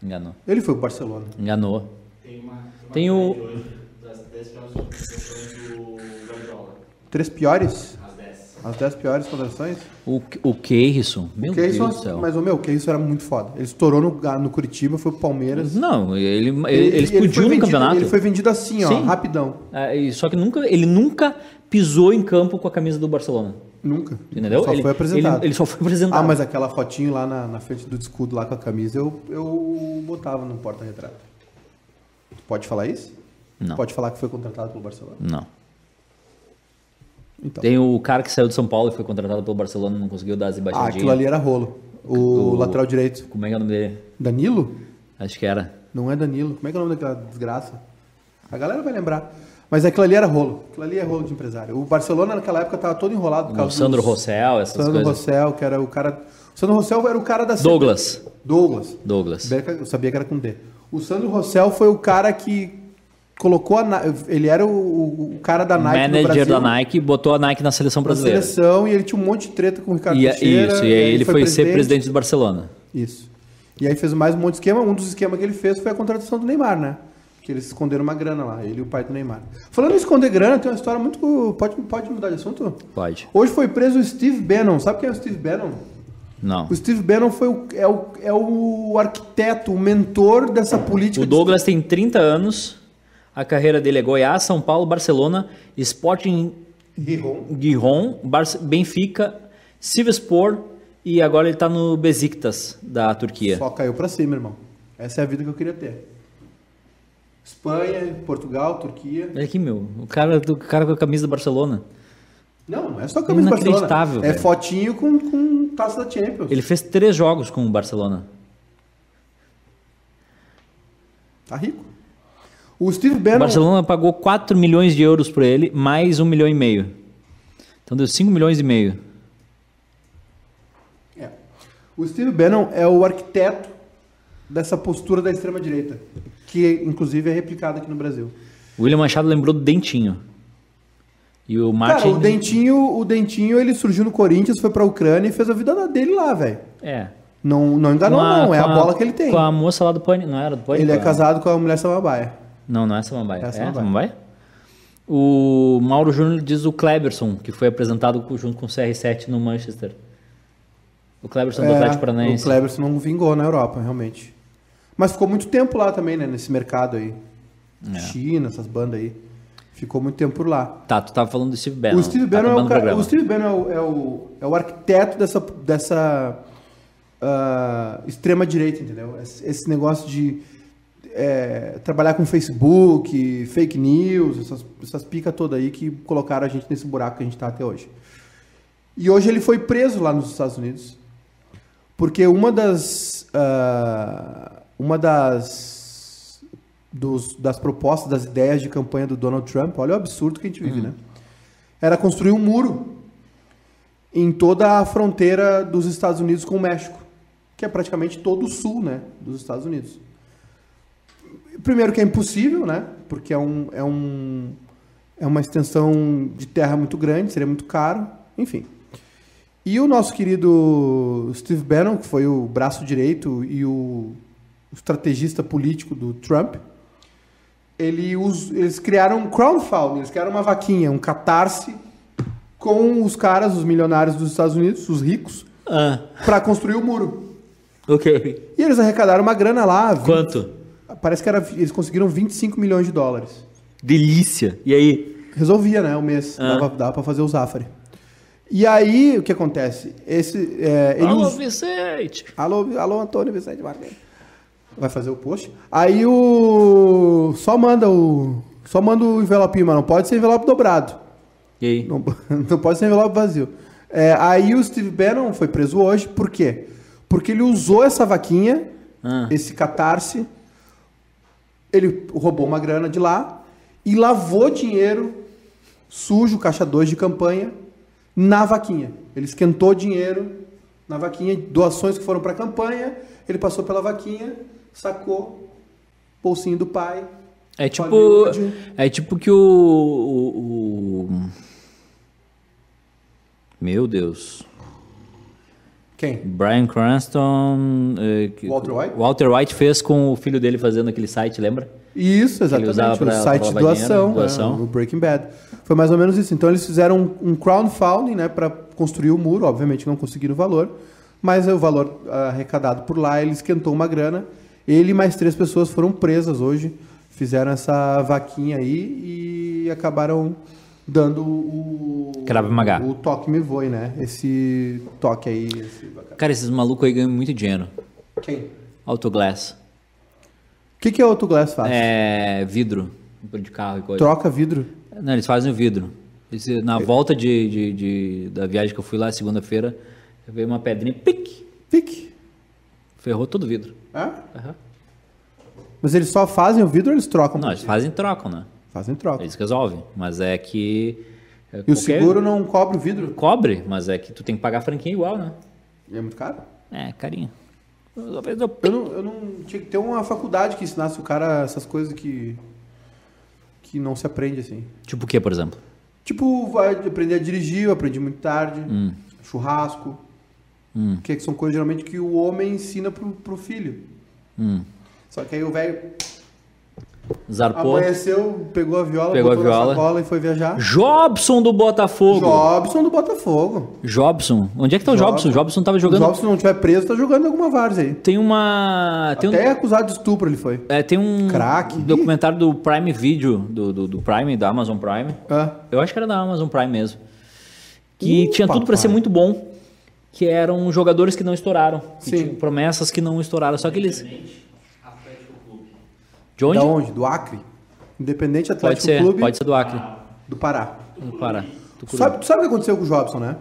[SPEAKER 1] Enganou.
[SPEAKER 2] Ele foi pro Barcelona.
[SPEAKER 1] Enganou.
[SPEAKER 4] Tem uma. uma
[SPEAKER 1] Tem o-
[SPEAKER 4] é coisa hoje, Das 10 piores opções do Guardiola.
[SPEAKER 2] Três piores?
[SPEAKER 4] As 10.
[SPEAKER 2] As 10 piores contratações?
[SPEAKER 1] O, o Keirson, meu
[SPEAKER 2] O Keyson,
[SPEAKER 1] Deus do céu.
[SPEAKER 2] mas o meu, o Keyson era muito foda. Ele estourou no, ah, no Curitiba, foi pro Palmeiras.
[SPEAKER 1] Não, ele, ele, ele
[SPEAKER 2] foi
[SPEAKER 1] explodiu no
[SPEAKER 2] vendido-
[SPEAKER 1] campeonato.
[SPEAKER 2] Ele foi vendido assim, ó,
[SPEAKER 1] Sim.
[SPEAKER 2] rapidão.
[SPEAKER 1] Ah, e- Só que nunca, ele nunca pisou em campo com a camisa do Barcelona.
[SPEAKER 2] Nunca.
[SPEAKER 1] Entendeu?
[SPEAKER 2] Só
[SPEAKER 1] ele,
[SPEAKER 2] foi apresentado.
[SPEAKER 1] Ele, ele só foi apresentado.
[SPEAKER 2] Ah, mas aquela fotinho lá na, na frente do escudo, lá com a camisa, eu, eu botava no porta-retrato. Tu Pode falar isso?
[SPEAKER 1] Não.
[SPEAKER 2] Pode falar que foi contratado pelo Barcelona.
[SPEAKER 1] Não.
[SPEAKER 2] Então.
[SPEAKER 1] Tem o cara que saiu de São Paulo e foi contratado pelo Barcelona e não conseguiu dar as
[SPEAKER 2] Ah,
[SPEAKER 1] embaixadinhas.
[SPEAKER 2] aquilo ali era rolo. O
[SPEAKER 1] O-
[SPEAKER 2] lateral direito.
[SPEAKER 1] Como é que é o nome dele?
[SPEAKER 2] Danilo?
[SPEAKER 1] Acho que era.
[SPEAKER 2] Não é Danilo. Como é que é o nome daquela desgraça? A galera vai lembrar. Mas aquilo ali era rolo. Aquilo ali é rolo de empresário. O Barcelona naquela época tava todo enrolado. Por
[SPEAKER 1] O
[SPEAKER 2] causa
[SPEAKER 1] Sandro
[SPEAKER 2] dos-
[SPEAKER 1] Rossel, essas
[SPEAKER 2] Sandro
[SPEAKER 1] coisas.
[SPEAKER 2] Rossel, que era o cara. O Sandro Rossel era o cara da.
[SPEAKER 1] Douglas.
[SPEAKER 2] Douglas.
[SPEAKER 1] Douglas.
[SPEAKER 2] Beca- Eu sabia que era com D. O Sandro Rossel foi o cara que colocou a Ni- Ele era o- o, o cara da Nike no
[SPEAKER 1] Manager
[SPEAKER 2] Brasil,
[SPEAKER 1] da Nike botou a Nike na seleção
[SPEAKER 2] na
[SPEAKER 1] brasileira.
[SPEAKER 2] seleção e ele tinha um monte de treta com o Ricardo
[SPEAKER 1] E, é-
[SPEAKER 2] Teixeira.
[SPEAKER 1] isso, e aí
[SPEAKER 2] aí
[SPEAKER 1] ele foi, ser presidente do Barcelona.
[SPEAKER 2] Isso. E aí fez mais um monte de esquema. Um dos esquemas que ele fez foi a contratação do Neymar, né? Que eles esconderam uma grana lá, ele e o pai do Neymar. Falando em esconder grana, tem uma história muito. Pode, pode mudar de assunto?
[SPEAKER 1] Pode.
[SPEAKER 2] Hoje foi preso o Steve Bannon. Sabe quem é o Steve Bannon?
[SPEAKER 1] Não.
[SPEAKER 2] O Steve Bannon foi o, é, o, é o arquiteto, o mentor dessa política.
[SPEAKER 1] O
[SPEAKER 2] de-
[SPEAKER 1] Douglas tem 30 anos. A carreira dele é Goiás, São Paulo, Barcelona, Sporting
[SPEAKER 2] Gijón.
[SPEAKER 1] Guiron, Benfica, Sivasspor e agora ele tá no Besiktas da Turquia.
[SPEAKER 2] Só caiu pra cima, irmão. Essa é a vida que eu queria ter. Espanha, Portugal, Turquia.
[SPEAKER 1] Olha aqui, meu. O cara, do- o cara com a camisa do Barcelona.
[SPEAKER 2] Não, não é só camisa do Barcelona.
[SPEAKER 1] Inacreditável,
[SPEAKER 2] É
[SPEAKER 1] velho.
[SPEAKER 2] fotinho com, com taça da Champions.
[SPEAKER 1] Ele fez três jogos com o Barcelona.
[SPEAKER 2] Tá rico. O Steve
[SPEAKER 1] O
[SPEAKER 2] Bannon.
[SPEAKER 1] Barcelona pagou 4 milhões de euros por ele, mais 1 milhão e meio. Então deu 5 milhões e meio.
[SPEAKER 2] É. O Steve Bannon é o arquiteto dessa postura da extrema direita, que inclusive é replicada aqui no Brasil.
[SPEAKER 1] O William Machado lembrou do Dentinho. E o Martin...
[SPEAKER 2] Cara, o Dentinho, o Dentinho, ele surgiu no Corinthians, foi pra Ucrânia e fez a vida dele lá, velho.
[SPEAKER 1] É.
[SPEAKER 2] Não, não enganou,
[SPEAKER 1] Com
[SPEAKER 2] não. É a
[SPEAKER 1] com
[SPEAKER 2] bola que ele tem.
[SPEAKER 1] Com a moça lá do Pânico. Não era do Pânico?
[SPEAKER 2] Ele é
[SPEAKER 1] era?
[SPEAKER 2] casado com a mulher samambaia.
[SPEAKER 1] Não, não é Samambaia.
[SPEAKER 2] É
[SPEAKER 1] É
[SPEAKER 2] Samambaia.
[SPEAKER 1] Samambaia? O Mauro Júnior diz o Kleberson, que foi apresentado co- junto com o CR7 no Manchester. O Kleberson do
[SPEAKER 2] É,
[SPEAKER 1] Atlético Paranaense.
[SPEAKER 2] O Cleberson não vingou na Europa, realmente. Mas ficou muito tempo lá também, né? Nesse mercado aí.
[SPEAKER 1] É.
[SPEAKER 2] China, essas bandas aí. Ficou muito tempo por lá.
[SPEAKER 1] Tá, tu tava falando do Steve Bannon.
[SPEAKER 2] o Steve
[SPEAKER 1] tá
[SPEAKER 2] Bannon é
[SPEAKER 1] acabando
[SPEAKER 2] o, cara,
[SPEAKER 1] programa.
[SPEAKER 2] o Steve Bannon é o, é o, é o arquiteto dessa, dessa ah, extrema direita, entendeu? Esse, esse negócio de é, trabalhar com Facebook, fake news, essas, essas picas todas aí que colocaram a gente nesse buraco que a gente tá até hoje. E hoje ele foi preso lá nos Estados Unidos. Porque uma das. ah, uma das. dos- das propostas, das ideias de campanha do Donald Trump, olha o absurdo que a gente
[SPEAKER 1] Uhum.
[SPEAKER 2] vive, né? Era construir um muro em toda a fronteira dos Estados Unidos com o México, que é praticamente todo o sul, né, dos Estados Unidos. Primeiro que é impossível, né, porque é um é um é uma extensão de terra muito grande, seria muito caro, enfim. E o nosso querido Steve Bannon, que foi o braço direito e o estrategista político do Trump, ele us- eles criaram um crowdfunding, eles criaram uma vaquinha, um catarse com os caras, os milionários dos Estados Unidos, os ricos,
[SPEAKER 1] Ah,
[SPEAKER 2] para construir o muro.
[SPEAKER 1] ok.
[SPEAKER 2] E eles arrecadaram uma grana lá. vi-
[SPEAKER 1] Quanto?
[SPEAKER 2] Parece que era, eles conseguiram 25 milhões de dólares.
[SPEAKER 1] Delícia. E aí?
[SPEAKER 2] Resolvia, né? O mês.
[SPEAKER 1] Ah.
[SPEAKER 2] Dava, dava pra fazer o Zafari. E aí, o que acontece? Esse, é, ele
[SPEAKER 1] Alô,
[SPEAKER 2] us-
[SPEAKER 1] Vicente.
[SPEAKER 2] Alô, alô, Antônio Vicente Marquinhos. Vai fazer o post. Aí o. Só manda o. Só manda o envelopinho, mas não pode ser envelope dobrado.
[SPEAKER 1] E aí?
[SPEAKER 2] Não, *laughs* não pode ser envelope vazio. É, aí o Steve Bannon foi preso hoje, por quê? Porque ele usou essa vaquinha,
[SPEAKER 1] Ah.
[SPEAKER 2] esse catarse, ele roubou uma grana de lá e lavou dinheiro sujo, caixa 2 de campanha, na vaquinha. Ele esquentou dinheiro na vaquinha, doações que foram para campanha, ele passou pela vaquinha, sacou, bolsinho do pai.
[SPEAKER 1] É tipo.
[SPEAKER 2] Hollywood.
[SPEAKER 1] É tipo que o. o- o- Meu Deus.
[SPEAKER 2] Quem?
[SPEAKER 1] Brian Cranston. eh, que-
[SPEAKER 2] Walter White?
[SPEAKER 1] Walter White fez com o filho dele fazendo aquele site, lembra?
[SPEAKER 2] Isso,
[SPEAKER 1] usava
[SPEAKER 2] exatamente. O
[SPEAKER 1] pra-
[SPEAKER 2] site de
[SPEAKER 1] pra banheiro,
[SPEAKER 2] doação, né,
[SPEAKER 1] doação.
[SPEAKER 2] o Breaking Bad. Foi mais ou menos isso. Então eles fizeram um, um crowdfunding, né, para construir o muro. Obviamente não conseguiram o valor, mas o valor ah, arrecadado por lá ele esquentou uma grana. Ele e mais três pessoas foram presas hoje, fizeram essa vaquinha aí e acabaram dando o
[SPEAKER 1] Krav Maga.
[SPEAKER 2] o toque me voe, né? Esse toque aí, esse bacana.
[SPEAKER 1] Cara, esses malucos aí ganham muito dinheiro.
[SPEAKER 2] Quem?
[SPEAKER 1] Autoglass.
[SPEAKER 2] O que que a Autoglass faz?
[SPEAKER 1] É. vidro. De carro e coisa.
[SPEAKER 2] Troca vidro.
[SPEAKER 1] Não, eles fazem o vidro. Eles, na volta de, de- de- da viagem que eu fui lá, segunda-feira, veio uma pedrinha, pique,
[SPEAKER 2] Pique.
[SPEAKER 1] ferrou todo o vidro.
[SPEAKER 2] Hã?
[SPEAKER 1] Aham.
[SPEAKER 2] Mas eles só fazem o vidro ou eles trocam?
[SPEAKER 1] Não, eles fazem e trocam, né?
[SPEAKER 2] Fazem troca.
[SPEAKER 1] Eles resolvem. Mas é que. é
[SPEAKER 2] E o
[SPEAKER 1] qualquer-
[SPEAKER 2] seguro não cobre o vidro?
[SPEAKER 1] Cobre, mas é que tu tem que pagar a franquia igual, né?
[SPEAKER 2] E é muito caro?
[SPEAKER 1] É, carinho. Uma vez eu-
[SPEAKER 2] Eu não, eu não- Tinha que ter uma faculdade que ensinasse o cara essas coisas que. que não se aprende assim.
[SPEAKER 1] Tipo o que, por exemplo?
[SPEAKER 2] Tipo, vai aprender a dirigir, eu aprendi muito tarde.
[SPEAKER 1] Hum.
[SPEAKER 2] Churrasco. Que, é que são coisas geralmente que o homem ensina pro, pro filho.
[SPEAKER 1] Hum.
[SPEAKER 2] Só que aí o velho
[SPEAKER 1] Zarpou.
[SPEAKER 2] amanheceu, pegou a viola,
[SPEAKER 1] Pegou a
[SPEAKER 2] botou
[SPEAKER 1] viola.
[SPEAKER 2] na sacola e foi viajar.
[SPEAKER 1] Jobson do Botafogo.
[SPEAKER 2] Jobson do Botafogo.
[SPEAKER 1] Jobson. Onde é que tá o Jobson?
[SPEAKER 2] Jobson.
[SPEAKER 1] Jobson tava
[SPEAKER 2] Se o
[SPEAKER 1] jogando.
[SPEAKER 2] Jobson não tiver preso, tá jogando em alguma várzea aí.
[SPEAKER 1] Tem uma. Tem um-
[SPEAKER 2] Até é acusado de estupro ele foi.
[SPEAKER 1] É, tem um
[SPEAKER 2] Crack.
[SPEAKER 1] documentário do Prime Video, do, do, do Prime, da Amazon Prime.
[SPEAKER 2] Hã?
[SPEAKER 1] Eu acho que era da Amazon Prime mesmo. Que
[SPEAKER 2] Ih,
[SPEAKER 1] tinha tudo pra
[SPEAKER 2] papai.
[SPEAKER 1] ser muito bom. Que eram jogadores que não estouraram. Que
[SPEAKER 2] Sim.
[SPEAKER 1] tinham promessas que não estouraram. Só que eles. De onde?
[SPEAKER 2] Da onde? Do Acre? Independente
[SPEAKER 1] Pode
[SPEAKER 2] Então, Atlético
[SPEAKER 1] ser,
[SPEAKER 2] Clube
[SPEAKER 1] pode ser do Acre.
[SPEAKER 2] do Pará.
[SPEAKER 1] Do Pará. Tô
[SPEAKER 2] Tu
[SPEAKER 1] curioso.
[SPEAKER 2] sabe, tu sabe o que aconteceu com o Jobson, né?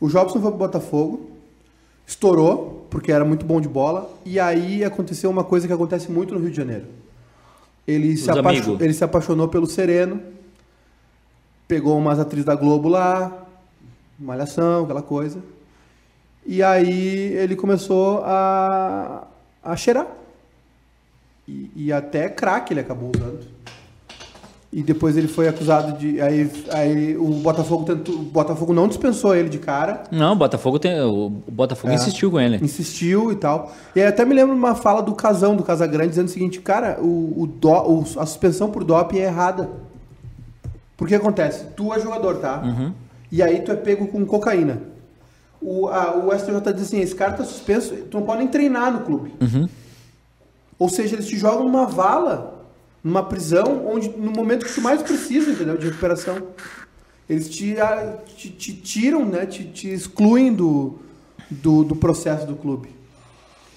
[SPEAKER 2] O Jobson foi pro Botafogo, estourou, porque era muito bom de bola, e aí aconteceu uma coisa que acontece muito no Rio de Janeiro. Ele, se,
[SPEAKER 1] Os
[SPEAKER 2] apaixo-
[SPEAKER 1] amigos.
[SPEAKER 2] ele se apaixonou pelo Sereno, pegou umas atrizes da Globo lá, malhação, aquela coisa. E aí ele começou a, a cheirar. E, e até crack ele acabou usando. E depois ele foi acusado de. Aí, aí o Botafogo tentou. O Botafogo não dispensou ele de cara.
[SPEAKER 1] Não, o Botafogo tem. O Botafogo
[SPEAKER 2] É.
[SPEAKER 1] insistiu com ele.
[SPEAKER 2] Insistiu e tal. E aí até me lembro de uma fala do Casão, do Casagrande, dizendo o seguinte, cara, o, o dó- o- a suspensão por doping é errada. Porque acontece, tu é jogador, tá? E aí tu é pego com cocaína. O, a- o STJ diz assim, esse cara tá suspenso, tu não pode nem treinar no clube. Ou seja, eles te jogam numa vala, numa prisão, onde no momento que tu mais precisa, entendeu? De recuperação. Eles te, ah, te, te tiram, né? Te, te excluem do, do, do processo do clube.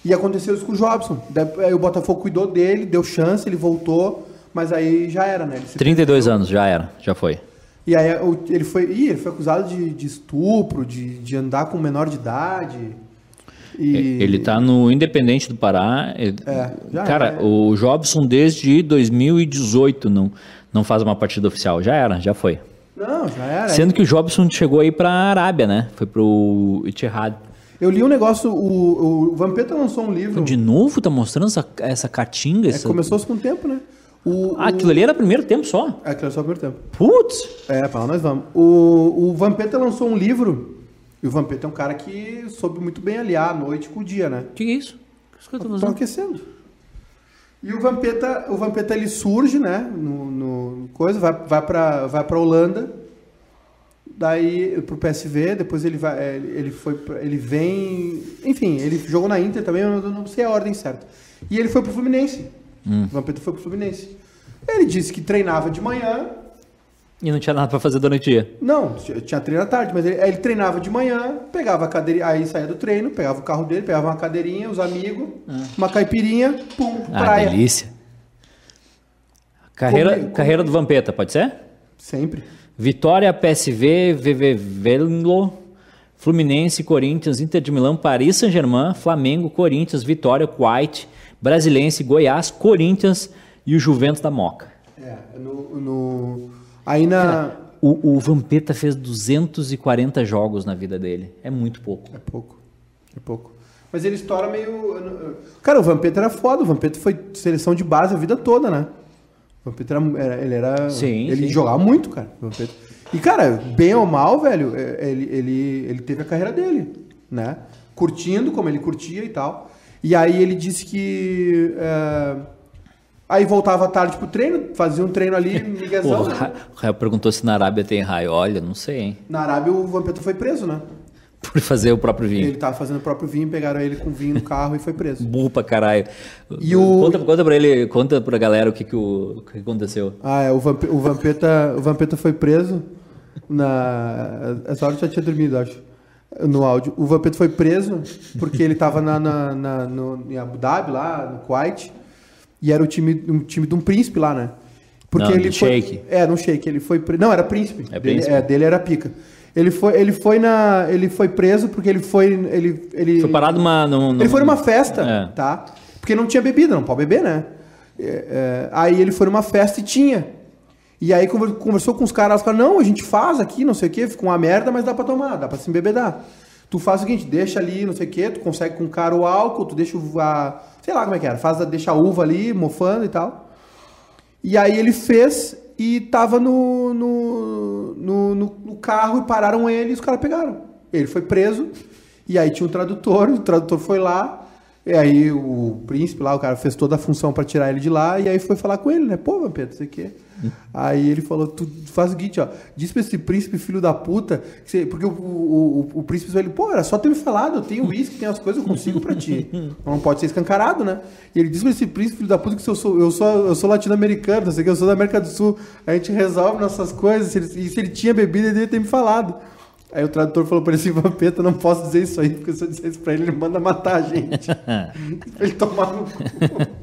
[SPEAKER 2] E aconteceu isso com o Jobson. Daí, aí o Botafogo cuidou dele, deu chance, ele voltou, mas aí já era, né? Ele se
[SPEAKER 1] 32 anos, já era, já foi.
[SPEAKER 2] e aí o- ele foi, ih, ele foi acusado de, de estupro, de, de andar com um menor de idade. E
[SPEAKER 1] Ele tá no Independente do Pará. ele-
[SPEAKER 2] É, já
[SPEAKER 1] cara,
[SPEAKER 2] era.
[SPEAKER 1] o Jobson desde 2018 não, não faz uma partida oficial. Já era, já foi.
[SPEAKER 2] Não, já era.
[SPEAKER 1] Sendo que o Jobson chegou aí pra Arábia, né? Foi pro Etihad.
[SPEAKER 2] Eu li um negócio, o, o Vampeta lançou um livro.
[SPEAKER 1] De novo tá mostrando essa, essa caatinga?
[SPEAKER 2] É,
[SPEAKER 1] Essa...
[SPEAKER 2] Começou-se com o tempo, né? O,
[SPEAKER 1] Ah, aquilo ali era primeiro tempo só.
[SPEAKER 2] o, aquilo é só o primeiro tempo.
[SPEAKER 1] Putz!
[SPEAKER 2] É, pra lá nós vamos. O, o Vampeta lançou um livro. E o Vampeta é um cara que soube muito bem aliar a noite com o dia, né?
[SPEAKER 1] O que que é isso? O que os caras tão
[SPEAKER 2] Estão
[SPEAKER 1] fazendo?
[SPEAKER 2] Tá aquecendo. E o Vampeta, o Vampeta ele surge, né? No, no coisa, vai, vai para vai pra Holanda, daí pro PSV, depois ele vai, é, ele foi, pra- ele vem, enfim, ele jogou na Inter também, eu não sei a ordem certa. E ele foi pro Fluminense. O Vampeta foi pro Fluminense. Ele disse que treinava de manhã,
[SPEAKER 1] E não tinha nada pra fazer durante o dia.
[SPEAKER 2] não, t- tinha treino à tarde, mas ele, aí ele treinava de manhã, pegava a cadeirinha, aí saía do treino, pegava o carro dele, pegava uma cadeirinha, os amigos, uma caipirinha, pum,
[SPEAKER 1] Ah,
[SPEAKER 2] praia.
[SPEAKER 1] delícia. Carreira,
[SPEAKER 2] Como- como-
[SPEAKER 1] carreira do Vampeta, pode ser?
[SPEAKER 2] Sempre.
[SPEAKER 1] Vitória, PSV, VV Venlo, Fluminense, Corinthians, Inter de Milão, Paris Saint-Germain, Flamengo, Corinthians, Vitória, Kuwait, Brasilense, Goiás, Corinthians e o Juventus da Moca.
[SPEAKER 2] É, no, no- aí na...
[SPEAKER 1] O, o Vampeta fez 240 jogos na vida dele. É muito pouco.
[SPEAKER 2] É pouco, é pouco. Mas ele estoura meio... Cara, o Vampeta era foda, o Vampeta foi seleção de base a vida toda, né? O Vampeta era, era- ele era...
[SPEAKER 1] Sim,
[SPEAKER 2] ele
[SPEAKER 1] sim.
[SPEAKER 2] jogava muito, cara, o Vampeta. E, cara, bem ou mal, velho, é, ele, ele, ele teve a carreira dele, né? Curtindo como ele curtia e tal. E aí ele disse que... é, Aí voltava à tarde pro treino, fazia um treino
[SPEAKER 1] *laughs*
[SPEAKER 2] ali, miguezão.
[SPEAKER 1] O
[SPEAKER 2] né?
[SPEAKER 1] Ra- o Rael perguntou se na Arábia tem raio. Olha, não sei, hein? *laughs*
[SPEAKER 2] Na Arábia o Vampeta foi preso, né?
[SPEAKER 1] Por fazer o próprio vinho.
[SPEAKER 2] Ele tava fazendo o próprio vinho, pegaram ele com vinho no carro e foi preso.
[SPEAKER 1] Burro pra caralho.
[SPEAKER 2] E o-
[SPEAKER 1] Conta, conta pra ele, conta pra galera o que, que, o, o que aconteceu.
[SPEAKER 2] Ah, é, o, Vamp o, Vampeta, o Vampeta foi preso na... Essa hora eu já tinha dormido, acho, no áudio. O Vampeta foi preso porque ele tava na, na- na- no, em Abu Dhabi, lá, no Kuwait, e era o time, um time de um príncipe lá, né? Porque
[SPEAKER 1] Não,
[SPEAKER 2] ele
[SPEAKER 1] do
[SPEAKER 2] foi...
[SPEAKER 1] Sheik.
[SPEAKER 2] É, não Sheik, ele foi... pre- Não, era príncipe.
[SPEAKER 1] É
[SPEAKER 2] dele,
[SPEAKER 1] príncipe.
[SPEAKER 2] é, dele era pica. Ele foi, ele foi na... Ele foi preso porque ele foi... Ele, ele,
[SPEAKER 1] Foi parado numa. num-
[SPEAKER 2] Ele foi
[SPEAKER 1] num-
[SPEAKER 2] numa festa,
[SPEAKER 1] É.
[SPEAKER 2] tá? Porque não tinha bebida, não pode beber, né? É, é, aí ele foi numa festa e tinha. E aí conver- conversou com os caras, os caras, não, a gente faz aqui, não sei o quê, fica uma merda, mas dá pra tomar, dá pra se embebedar. Tu faz o seguinte, deixa ali, não sei o quê, tu consegue com cara o álcool, tu deixa o- a... sei lá como é que era, faz, a- deixa a uva ali, mofando e tal. E aí ele fez e tava no, no, no, no- no carro e pararam ele e os caras pegaram. Ele foi preso e aí tinha um tradutor, o tradutor foi lá. E aí o príncipe lá, o cara fez toda a função pra tirar ele de lá e aí foi falar com ele, né? Pô, Vampeta, não sei o quê. Aí ele falou, tu faz o seguinte, ó, diz pra esse príncipe filho da puta, que você- porque o, o, o, o príncipe falou, ele, pô, era só ter me falado, eu tenho uísque, tenho as coisas, eu consigo
[SPEAKER 1] *laughs*
[SPEAKER 2] pra ti. Não pode ser escancarado, né? E ele diz pra esse príncipe filho da puta que se eu sou, eu sou, eu sou latino-americano, não sei o que, eu sou da América do Sul, a gente resolve nossas coisas, se ele- e se ele tinha bebida, ele devia ter me falado. Aí o tradutor falou pra ele assim, *laughs* Vampeta, eu não posso dizer isso aí, porque se eu disser isso pra ele, ele manda matar
[SPEAKER 1] *laughs*
[SPEAKER 2] a gente. pra ele tomar no cu.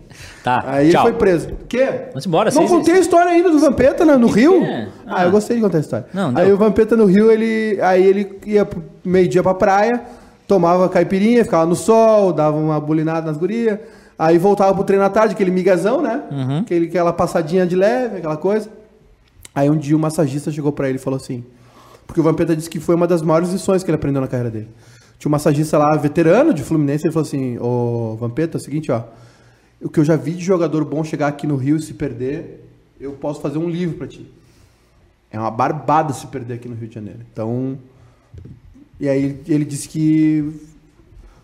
[SPEAKER 1] Tá.
[SPEAKER 2] Aí
[SPEAKER 1] tchau.
[SPEAKER 2] ele foi preso. O quê?
[SPEAKER 1] Vamos embora,
[SPEAKER 2] Não
[SPEAKER 1] vocês-
[SPEAKER 2] contei a história ainda do Vampeta né, no Rio?
[SPEAKER 1] é?
[SPEAKER 2] Ah, eu gostei de contar a história.
[SPEAKER 1] Não, não.
[SPEAKER 2] aí o Vampeta no Rio, ele. Aí ele ia pro meio-dia pra praia, tomava caipirinha, ficava no sol, dava uma bulinada nas gurias. Aí voltava pro treino à tarde, aquele migazão, né? Aquele, aquela passadinha de leve, aquela coisa. Aí um dia o massagista chegou pra ele e falou assim. Porque o Vampeta disse que foi uma das maiores lições que ele aprendeu na carreira dele. Tinha um massagista lá, veterano de Fluminense, ele falou assim: Ô Vampeta, é o seguinte, ó. O que eu já vi de jogador bom chegar aqui no Rio e se perder, eu posso fazer um livro pra ti. É uma barbada se perder aqui no Rio de Janeiro. Então. E aí ele disse que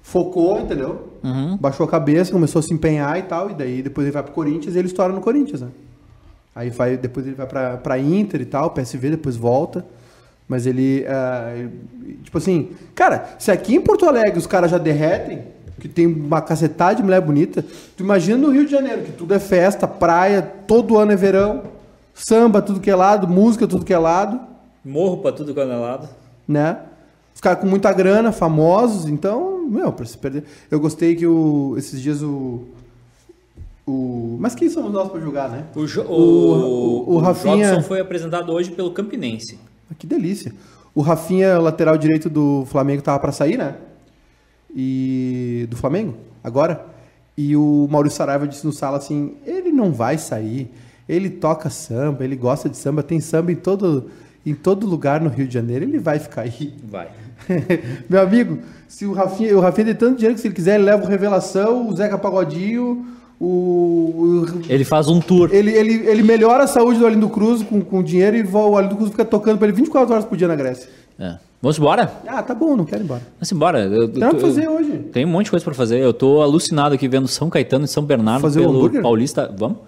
[SPEAKER 2] focou, entendeu? Baixou a cabeça, começou a se empenhar e tal. E daí depois ele vai pro Corinthians e ele estoura no Corinthians, né? Aí vai, depois ele vai pra, pra Inter e tal, PSV, depois volta. Mas ele, ah, ele- Tipo assim, cara, se aqui em Porto Alegre os caras já derretem, que tem uma cacetada de mulher bonita, tu imagina no Rio de Janeiro, que tudo é festa, praia, todo ano é verão, samba, tudo que é lado, música, tudo que é lado,
[SPEAKER 1] Morro pra tudo quanto é lado.
[SPEAKER 2] né? Os caras com muita grana, famosos, então, meu, pra se perder. Eu gostei que o, esses dias o. O. Mas quem somos nós pra julgar, né?
[SPEAKER 4] O, jo o,
[SPEAKER 2] o- o Rafinha-
[SPEAKER 4] Jobson foi apresentado hoje pelo Campinense.
[SPEAKER 2] Ah, Que delícia. O Rafinha, lateral direito do Flamengo, tava pra sair, né? E do Flamengo, agora. E o Maurício Saraiva disse no sala assim: ele não vai sair. Ele toca samba, ele gosta de samba, tem samba em todo, em todo lugar no Rio de Janeiro, ele vai ficar aí.
[SPEAKER 4] Vai.
[SPEAKER 2] *laughs* Meu amigo, se o Rafinha, o Rafinha tem tanto dinheiro que se ele quiser, ele leva o Revelação, o Zeca Pagodinho, o, o
[SPEAKER 1] Ele faz um tour.
[SPEAKER 2] ele, ele, ele melhora a saúde do Alindo Cruz com, com dinheiro e vo- o Alindo Cruz fica tocando pra ele 24 horas por dia na Grécia.
[SPEAKER 1] É. Vamos embora?
[SPEAKER 2] Ah, tá bom, não quero ir embora.
[SPEAKER 1] Vamos embora. Eu- eu
[SPEAKER 2] Tem nada
[SPEAKER 1] tô-
[SPEAKER 2] pra fazer hoje.
[SPEAKER 1] Tem um monte de coisa pra fazer. Eu tô alucinado aqui vendo São Caetano e São Bernardo
[SPEAKER 2] Fazer um
[SPEAKER 1] pelo
[SPEAKER 2] hambúrguer?
[SPEAKER 1] Paulista. Vamos?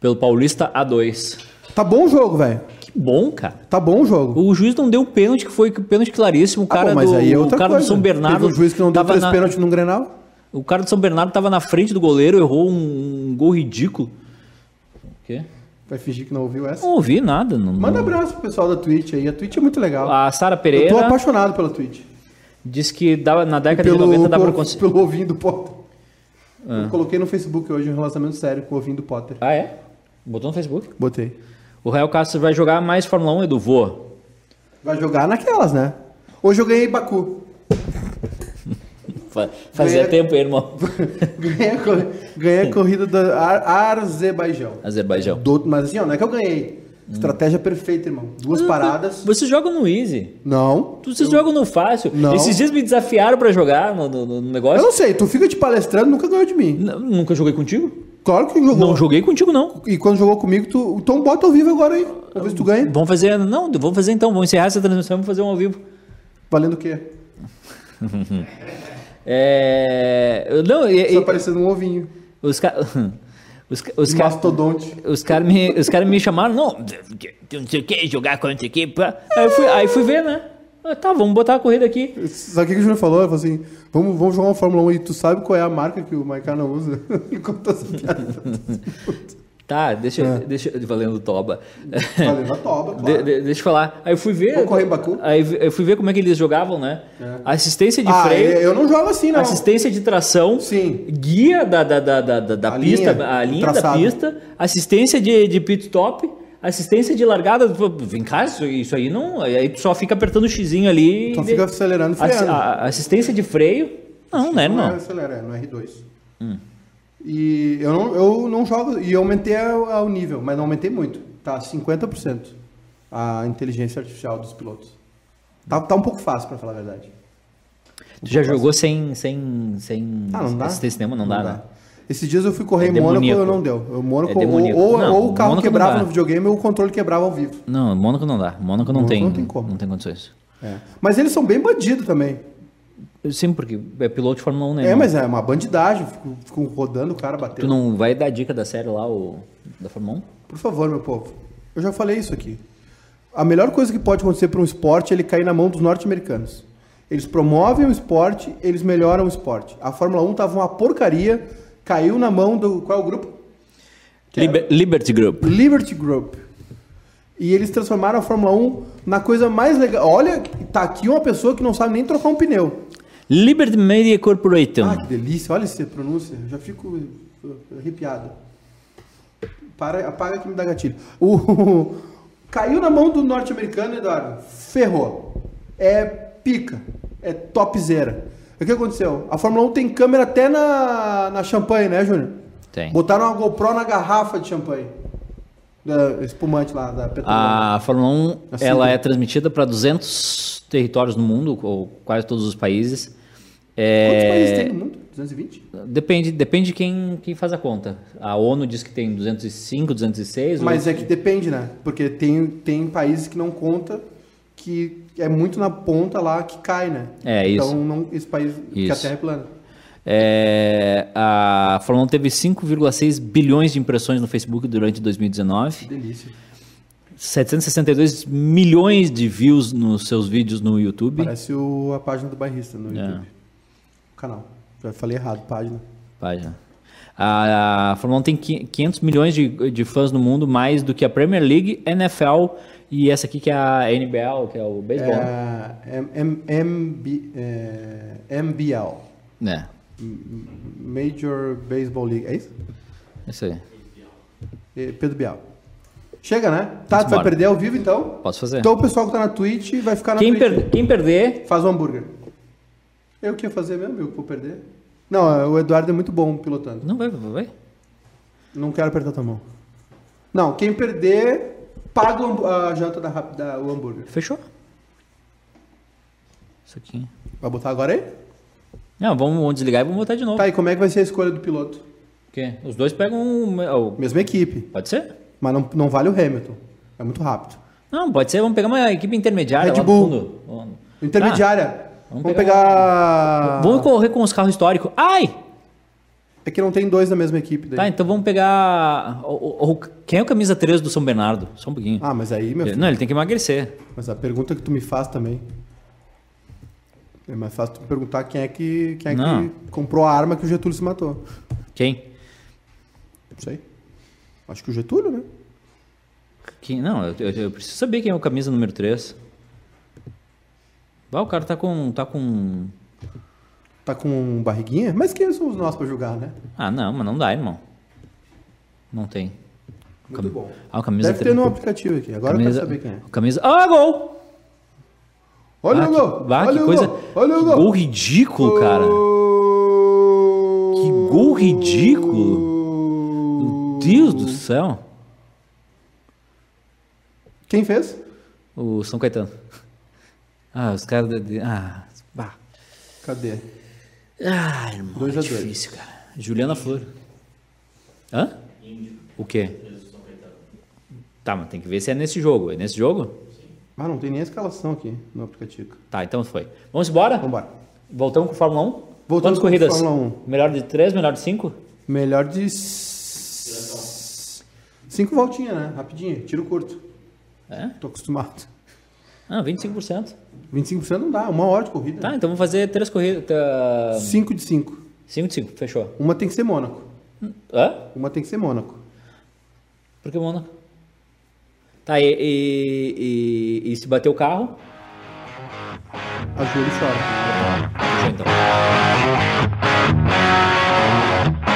[SPEAKER 1] Pelo Paulista A2.
[SPEAKER 2] Tá bom o jogo, velho.
[SPEAKER 1] Que bom, cara.
[SPEAKER 2] Tá bom o jogo.
[SPEAKER 1] O juiz não deu o pênalti, que foi o pênalti claríssimo. O
[SPEAKER 2] Tá
[SPEAKER 1] cara,
[SPEAKER 2] bom, mas
[SPEAKER 1] do,
[SPEAKER 2] aí é
[SPEAKER 1] o
[SPEAKER 2] outra
[SPEAKER 1] cara
[SPEAKER 2] coisa.
[SPEAKER 1] do São Bernardo.
[SPEAKER 2] Teve um juiz que não deu
[SPEAKER 1] tava
[SPEAKER 2] três
[SPEAKER 1] na-
[SPEAKER 2] pênaltis num Grenal.
[SPEAKER 1] O cara do São Bernardo tava na frente do goleiro, errou um, um gol ridículo. O quê?
[SPEAKER 2] Vai fingir que não ouviu essa.
[SPEAKER 1] Não ouvi nada. Não,
[SPEAKER 2] Manda
[SPEAKER 1] não-
[SPEAKER 2] abraço pro pessoal da Twitch aí. A Twitch é muito legal.
[SPEAKER 1] A Sara
[SPEAKER 2] Eu tô
[SPEAKER 1] Pereira
[SPEAKER 2] apaixonado pela Twitch.
[SPEAKER 1] disse que dava, na década de
[SPEAKER 2] Pelo,
[SPEAKER 1] 90 dava pra
[SPEAKER 2] pelo,
[SPEAKER 1] conseguir.
[SPEAKER 2] pelo ovinho do Potter. Eu coloquei no Facebook hoje um relacionamento sério com o ovinho do Potter.
[SPEAKER 1] Ah, é? Botou no Facebook?
[SPEAKER 2] Botei.
[SPEAKER 1] O Rael Castro vai jogar mais Fórmula 1, Edu? Vou.
[SPEAKER 2] Vai jogar naquelas, né? Hoje eu ganhei Baku. *laughs*
[SPEAKER 1] Fa- Fazia
[SPEAKER 2] Ganhei-
[SPEAKER 1] tempo, hein, irmão. *laughs*
[SPEAKER 2] ganhei, a cor- ganhei a corrida da Ar- Azerbaijão.
[SPEAKER 1] Azerbaijão.
[SPEAKER 2] Do- mas assim, ó, não é que eu ganhei. Estratégia perfeita, irmão. Duas
[SPEAKER 1] Uhum.
[SPEAKER 2] paradas.
[SPEAKER 1] Vocês jogam no Easy.
[SPEAKER 2] Não.
[SPEAKER 1] Vocês jogam no Fácil.
[SPEAKER 2] Não.
[SPEAKER 1] Esses dias me desafiaram pra jogar no, no- no
[SPEAKER 2] Eu
[SPEAKER 1] negócio.
[SPEAKER 2] não sei, tu fica te palestrando, nunca ganhou de mim.
[SPEAKER 1] N- Nunca joguei contigo?
[SPEAKER 2] Claro que jogou.
[SPEAKER 1] Não joguei contigo, não.
[SPEAKER 2] E quando jogou comigo, tu. Então bota ao vivo agora aí. Pra ver se tu ganha.
[SPEAKER 1] Vamos fazer. Não, vamos fazer então. Vamos encerrar essa transmissão e vamos fazer um ao vivo.
[SPEAKER 2] Valendo o quê?
[SPEAKER 1] É. eu- Não, e-
[SPEAKER 2] Tá
[SPEAKER 1] e- É,
[SPEAKER 2] aparecendo um Tá ovinho.
[SPEAKER 1] os, ca- *laughs* Os, ca- os, ca-
[SPEAKER 2] Mastodonte.
[SPEAKER 1] os caras me, os cara me chamaram, não, não sei o que, jogar contra a equipa. Aí eu fui, aí fui ver, né? Ah, tá, vamos botar a corrida aqui.
[SPEAKER 2] Sabe o que, o Júnior falou? Ele falou assim: vamos, vamos jogar uma Fórmula 1 e tu sabe qual é a marca que o Maicana usa? *laughs* Ele contou essa piada.
[SPEAKER 1] Tá, deixa,
[SPEAKER 2] Ah.
[SPEAKER 1] deixa valendo toba. *laughs*
[SPEAKER 2] Valendo a toba, claro.
[SPEAKER 1] É. De- de- deixa eu falar. Aí eu fui ver.
[SPEAKER 2] Vamos correr em Baku?
[SPEAKER 1] Aí vi- eu fui ver como é que eles jogavam, né? Assistência de
[SPEAKER 2] ah,
[SPEAKER 1] freio,
[SPEAKER 2] eu não jogo assim, não.
[SPEAKER 1] assistência de tração,
[SPEAKER 2] Sim.
[SPEAKER 1] guia da, da, da, da, da- da
[SPEAKER 2] A
[SPEAKER 1] pista,
[SPEAKER 2] linha,
[SPEAKER 1] a
[SPEAKER 2] o
[SPEAKER 1] linha da
[SPEAKER 2] traçado.
[SPEAKER 1] pista, assistência de, de pit stop, assistência de largada. Pô, Vem cá, isso, isso aí não. Aí tu só fica apertando o xizinho ali.
[SPEAKER 2] Só
[SPEAKER 1] e-
[SPEAKER 2] fica acelerando e
[SPEAKER 1] Assi-
[SPEAKER 2] freando.
[SPEAKER 1] a- a- assistência de freio. Não, Hum. né,
[SPEAKER 2] Não é
[SPEAKER 1] irmão?
[SPEAKER 2] acelera, é no R2. E eu não, eu não jogo, e eu aumentei a- a- o nível, mas não aumentei muito. Tá 50% a inteligência artificial dos pilotos. Tá, tá um pouco fácil, pra falar a verdade.
[SPEAKER 1] Tu já jogou sem, sem, sem
[SPEAKER 2] Ah, não dá?
[SPEAKER 1] assistência nenhuma? Não, dá, né?
[SPEAKER 2] Esses dias eu fui correr
[SPEAKER 1] É
[SPEAKER 2] em Mônaco e
[SPEAKER 1] demoníaco.
[SPEAKER 2] eu não deu. Eu, Mônaco,
[SPEAKER 1] É demoníaco.
[SPEAKER 2] ou, ou-
[SPEAKER 1] Não,
[SPEAKER 2] ou o carro
[SPEAKER 1] Mônaco não
[SPEAKER 2] quebrava
[SPEAKER 1] dá.
[SPEAKER 2] no videogame ou o controle quebrava ao vivo.
[SPEAKER 1] Não, Mônaco não dá. Mônaco não,
[SPEAKER 2] Mônaco
[SPEAKER 1] tem,
[SPEAKER 2] não tem como.
[SPEAKER 1] não tem condições.
[SPEAKER 2] É. Mas eles são bem bandidos também.
[SPEAKER 1] Sim, porque é piloto de Fórmula 1, né?
[SPEAKER 2] É,
[SPEAKER 1] irmão?
[SPEAKER 2] mas é uma bandidagem. Ficam, ficam rodando o cara,
[SPEAKER 1] Tu
[SPEAKER 2] batendo.
[SPEAKER 1] não vai dar dica da série lá, o, da Fórmula 1?
[SPEAKER 2] Por favor, meu povo. Eu já falei isso aqui. A melhor coisa que pode acontecer para um esporte é ele cair na mão dos norte-americanos. Eles promovem o esporte, eles melhoram o esporte. A Fórmula 1 tava uma porcaria, caiu na mão do. Qual é o grupo?
[SPEAKER 1] Liber- Liberty Group.
[SPEAKER 2] Liberty Group. E eles transformaram a Fórmula 1 na coisa mais legal. Olha, tá aqui uma pessoa que não sabe nem trocar um pneu.
[SPEAKER 1] Liberty Media Corporation.
[SPEAKER 2] Ah, que delícia, olha essa pronúncia. Eu já fico arrepiado. Para, apaga que me dá gatilho. O, *laughs* caiu na mão do norte-americano, Eduardo. Ferrou. É pica. É topzera. O que aconteceu? A Fórmula 1 tem câmera até na, na champanhe, né, Júnior?
[SPEAKER 1] Tem.
[SPEAKER 2] Botaram uma GoPro na garrafa de champanhe. Da espumante lá,
[SPEAKER 1] Ah,
[SPEAKER 2] da Petrobras.
[SPEAKER 1] A Fórmula 1,
[SPEAKER 2] Assim,
[SPEAKER 1] ela
[SPEAKER 2] né?
[SPEAKER 1] é transmitida para 200 territórios no mundo, ou quase todos os países. É,
[SPEAKER 2] Quantos países tem no mundo? 220?
[SPEAKER 1] Depende, depende de quem, quem faz a conta. A ONU diz que tem 205, 206.
[SPEAKER 2] Mas
[SPEAKER 1] o-
[SPEAKER 2] é que depende, né? Porque tem, tem países que não conta, que é muito na ponta lá que cai, né?
[SPEAKER 1] É, isso.
[SPEAKER 2] Então, não, esse país que a
[SPEAKER 1] Isso.
[SPEAKER 2] Terra é plana.
[SPEAKER 1] É, a Fórmula 1 teve 5,6 bilhões de impressões no Facebook durante 2019,
[SPEAKER 2] Que delícia.
[SPEAKER 1] 762 milhões de views nos seus vídeos no YouTube.
[SPEAKER 2] Parece o, a página do bairrista no
[SPEAKER 1] É.
[SPEAKER 2] YouTube. O canal. Já falei errado, página.
[SPEAKER 1] Página. A, a Fórmula 1 tem qui- 500 milhões de, de fãs no mundo, mais do que a Premier League, NFL e essa aqui que é a NBL, que é o
[SPEAKER 2] É,
[SPEAKER 1] beisebol. né?
[SPEAKER 2] M, M, MB, é, MBL.
[SPEAKER 1] É,
[SPEAKER 2] Major Baseball League. É isso?
[SPEAKER 1] isso aí.
[SPEAKER 2] É, Pedro Bial. Chega, né? Tá,
[SPEAKER 1] Vamos
[SPEAKER 2] tu vai
[SPEAKER 1] embora.
[SPEAKER 2] perder ao vivo, então?
[SPEAKER 1] Posso fazer?
[SPEAKER 2] Então o pessoal que tá na Twitch vai ficar na
[SPEAKER 1] quem,
[SPEAKER 2] Twitch.
[SPEAKER 1] per- quem perder,
[SPEAKER 2] Faz o hambúrguer. Eu que ia fazer mesmo, eu que vou perder. Não, o Eduardo é muito bom pilotando.
[SPEAKER 1] não vai, vai.
[SPEAKER 2] Não quero apertar tua mão. Não, quem perder, paga o- a janta da, rap- da- o hambúrguer.
[SPEAKER 1] Fechou. Isso aqui.
[SPEAKER 2] Vai botar agora aí?
[SPEAKER 1] Não, vamos, vamos desligar e vamos botar de novo.
[SPEAKER 2] Tá, e como é que vai ser a escolha do piloto?
[SPEAKER 1] Quê? Os dois pegam um. o-
[SPEAKER 2] Mesma equipe,
[SPEAKER 1] Pode ser?
[SPEAKER 2] mas não, não vale o Hamilton. É muito rápido.
[SPEAKER 1] Não, pode ser. Vamos pegar uma equipe intermediária.
[SPEAKER 2] Red
[SPEAKER 1] lá do
[SPEAKER 2] Bull.
[SPEAKER 1] fundo. Vamos-
[SPEAKER 2] Intermediária.
[SPEAKER 1] vamos
[SPEAKER 2] vamos,
[SPEAKER 1] Ah,
[SPEAKER 2] pegar.
[SPEAKER 1] vamos correr com os carros históricos. Ai!
[SPEAKER 2] É que não tem dois da mesma equipe daí.
[SPEAKER 1] Tá, então vamos pegar. o- o- o- quem é o camisa 13 do São Bernardo? Só um pouquinho.
[SPEAKER 2] Ah, mas aí, meu
[SPEAKER 1] Ele-
[SPEAKER 2] filho.
[SPEAKER 1] não, ele tem que emagrecer.
[SPEAKER 2] Mas a pergunta que tu me faz também. É mais fácil tu me perguntar quem é que, quem é
[SPEAKER 1] Não.
[SPEAKER 2] que comprou a arma que o Getúlio se matou.
[SPEAKER 1] Quem?
[SPEAKER 2] Não sei. Acho que o Getúlio, né?
[SPEAKER 1] quem? Não, eu, eu- eu preciso saber quem é o camisa número 3. Ah, o cara tá com. tá com.
[SPEAKER 2] Tá com barriguinha? Mas quem somos nós pra julgar, né?
[SPEAKER 1] Ah, não, mas não dá, irmão. Não tem.
[SPEAKER 2] Muito bom.
[SPEAKER 1] Ah, o camisa
[SPEAKER 2] Deve ter
[SPEAKER 1] 13.
[SPEAKER 2] no aplicativo aqui. Agora
[SPEAKER 1] camisa,
[SPEAKER 2] eu quero saber quem é.
[SPEAKER 1] o Camisa. Ah, gol!
[SPEAKER 2] Olha
[SPEAKER 1] Ah,
[SPEAKER 2] o
[SPEAKER 1] que-
[SPEAKER 2] gol!
[SPEAKER 1] bah,
[SPEAKER 2] olha
[SPEAKER 1] que
[SPEAKER 2] o
[SPEAKER 1] coisa.
[SPEAKER 2] gol! Olha o
[SPEAKER 1] que
[SPEAKER 2] gol!
[SPEAKER 1] gol ridículo, cara. Que gol ridículo. Meu Deus do céu.
[SPEAKER 2] Quem fez?
[SPEAKER 1] O São Caetano. Ah, os caras. da- de- Ah, bah.
[SPEAKER 2] Cadê?
[SPEAKER 1] Ah, irmão.
[SPEAKER 2] Dois
[SPEAKER 1] é
[SPEAKER 2] a dois.
[SPEAKER 1] difícil, cara. Juliana Flor. Hã? O quê? Tá, mas tem que ver se é nesse jogo. É nesse jogo?
[SPEAKER 2] Ah, não tem nem a escalação aqui no aplicativo.
[SPEAKER 1] Tá, então foi. Vamos embora?
[SPEAKER 2] Vambora.
[SPEAKER 1] Voltamos com o Fórmula 1?
[SPEAKER 2] Voltamos
[SPEAKER 1] Quantas
[SPEAKER 2] com o
[SPEAKER 1] corridas?
[SPEAKER 2] Fórmula
[SPEAKER 1] 1. Melhor de 3, melhor de 5?
[SPEAKER 2] Melhor de. s- Cinco voltinhas, né? Rapidinho, tiro curto.
[SPEAKER 1] É?
[SPEAKER 2] Tô acostumado.
[SPEAKER 1] Ah, 25%.
[SPEAKER 2] 25% não dá, uma hora de corrida.
[SPEAKER 1] Tá, então vamos fazer três corridas.
[SPEAKER 2] 5 de 5.
[SPEAKER 1] 5 de 5, fechou.
[SPEAKER 2] Uma tem que ser Mônaco.
[SPEAKER 1] Hã?
[SPEAKER 2] Uma tem que ser Mônaco.
[SPEAKER 1] Por que Mônaco? Tá, e, e, e- e se bater o carro?
[SPEAKER 2] A Júlia chora.
[SPEAKER 1] Fechou, então.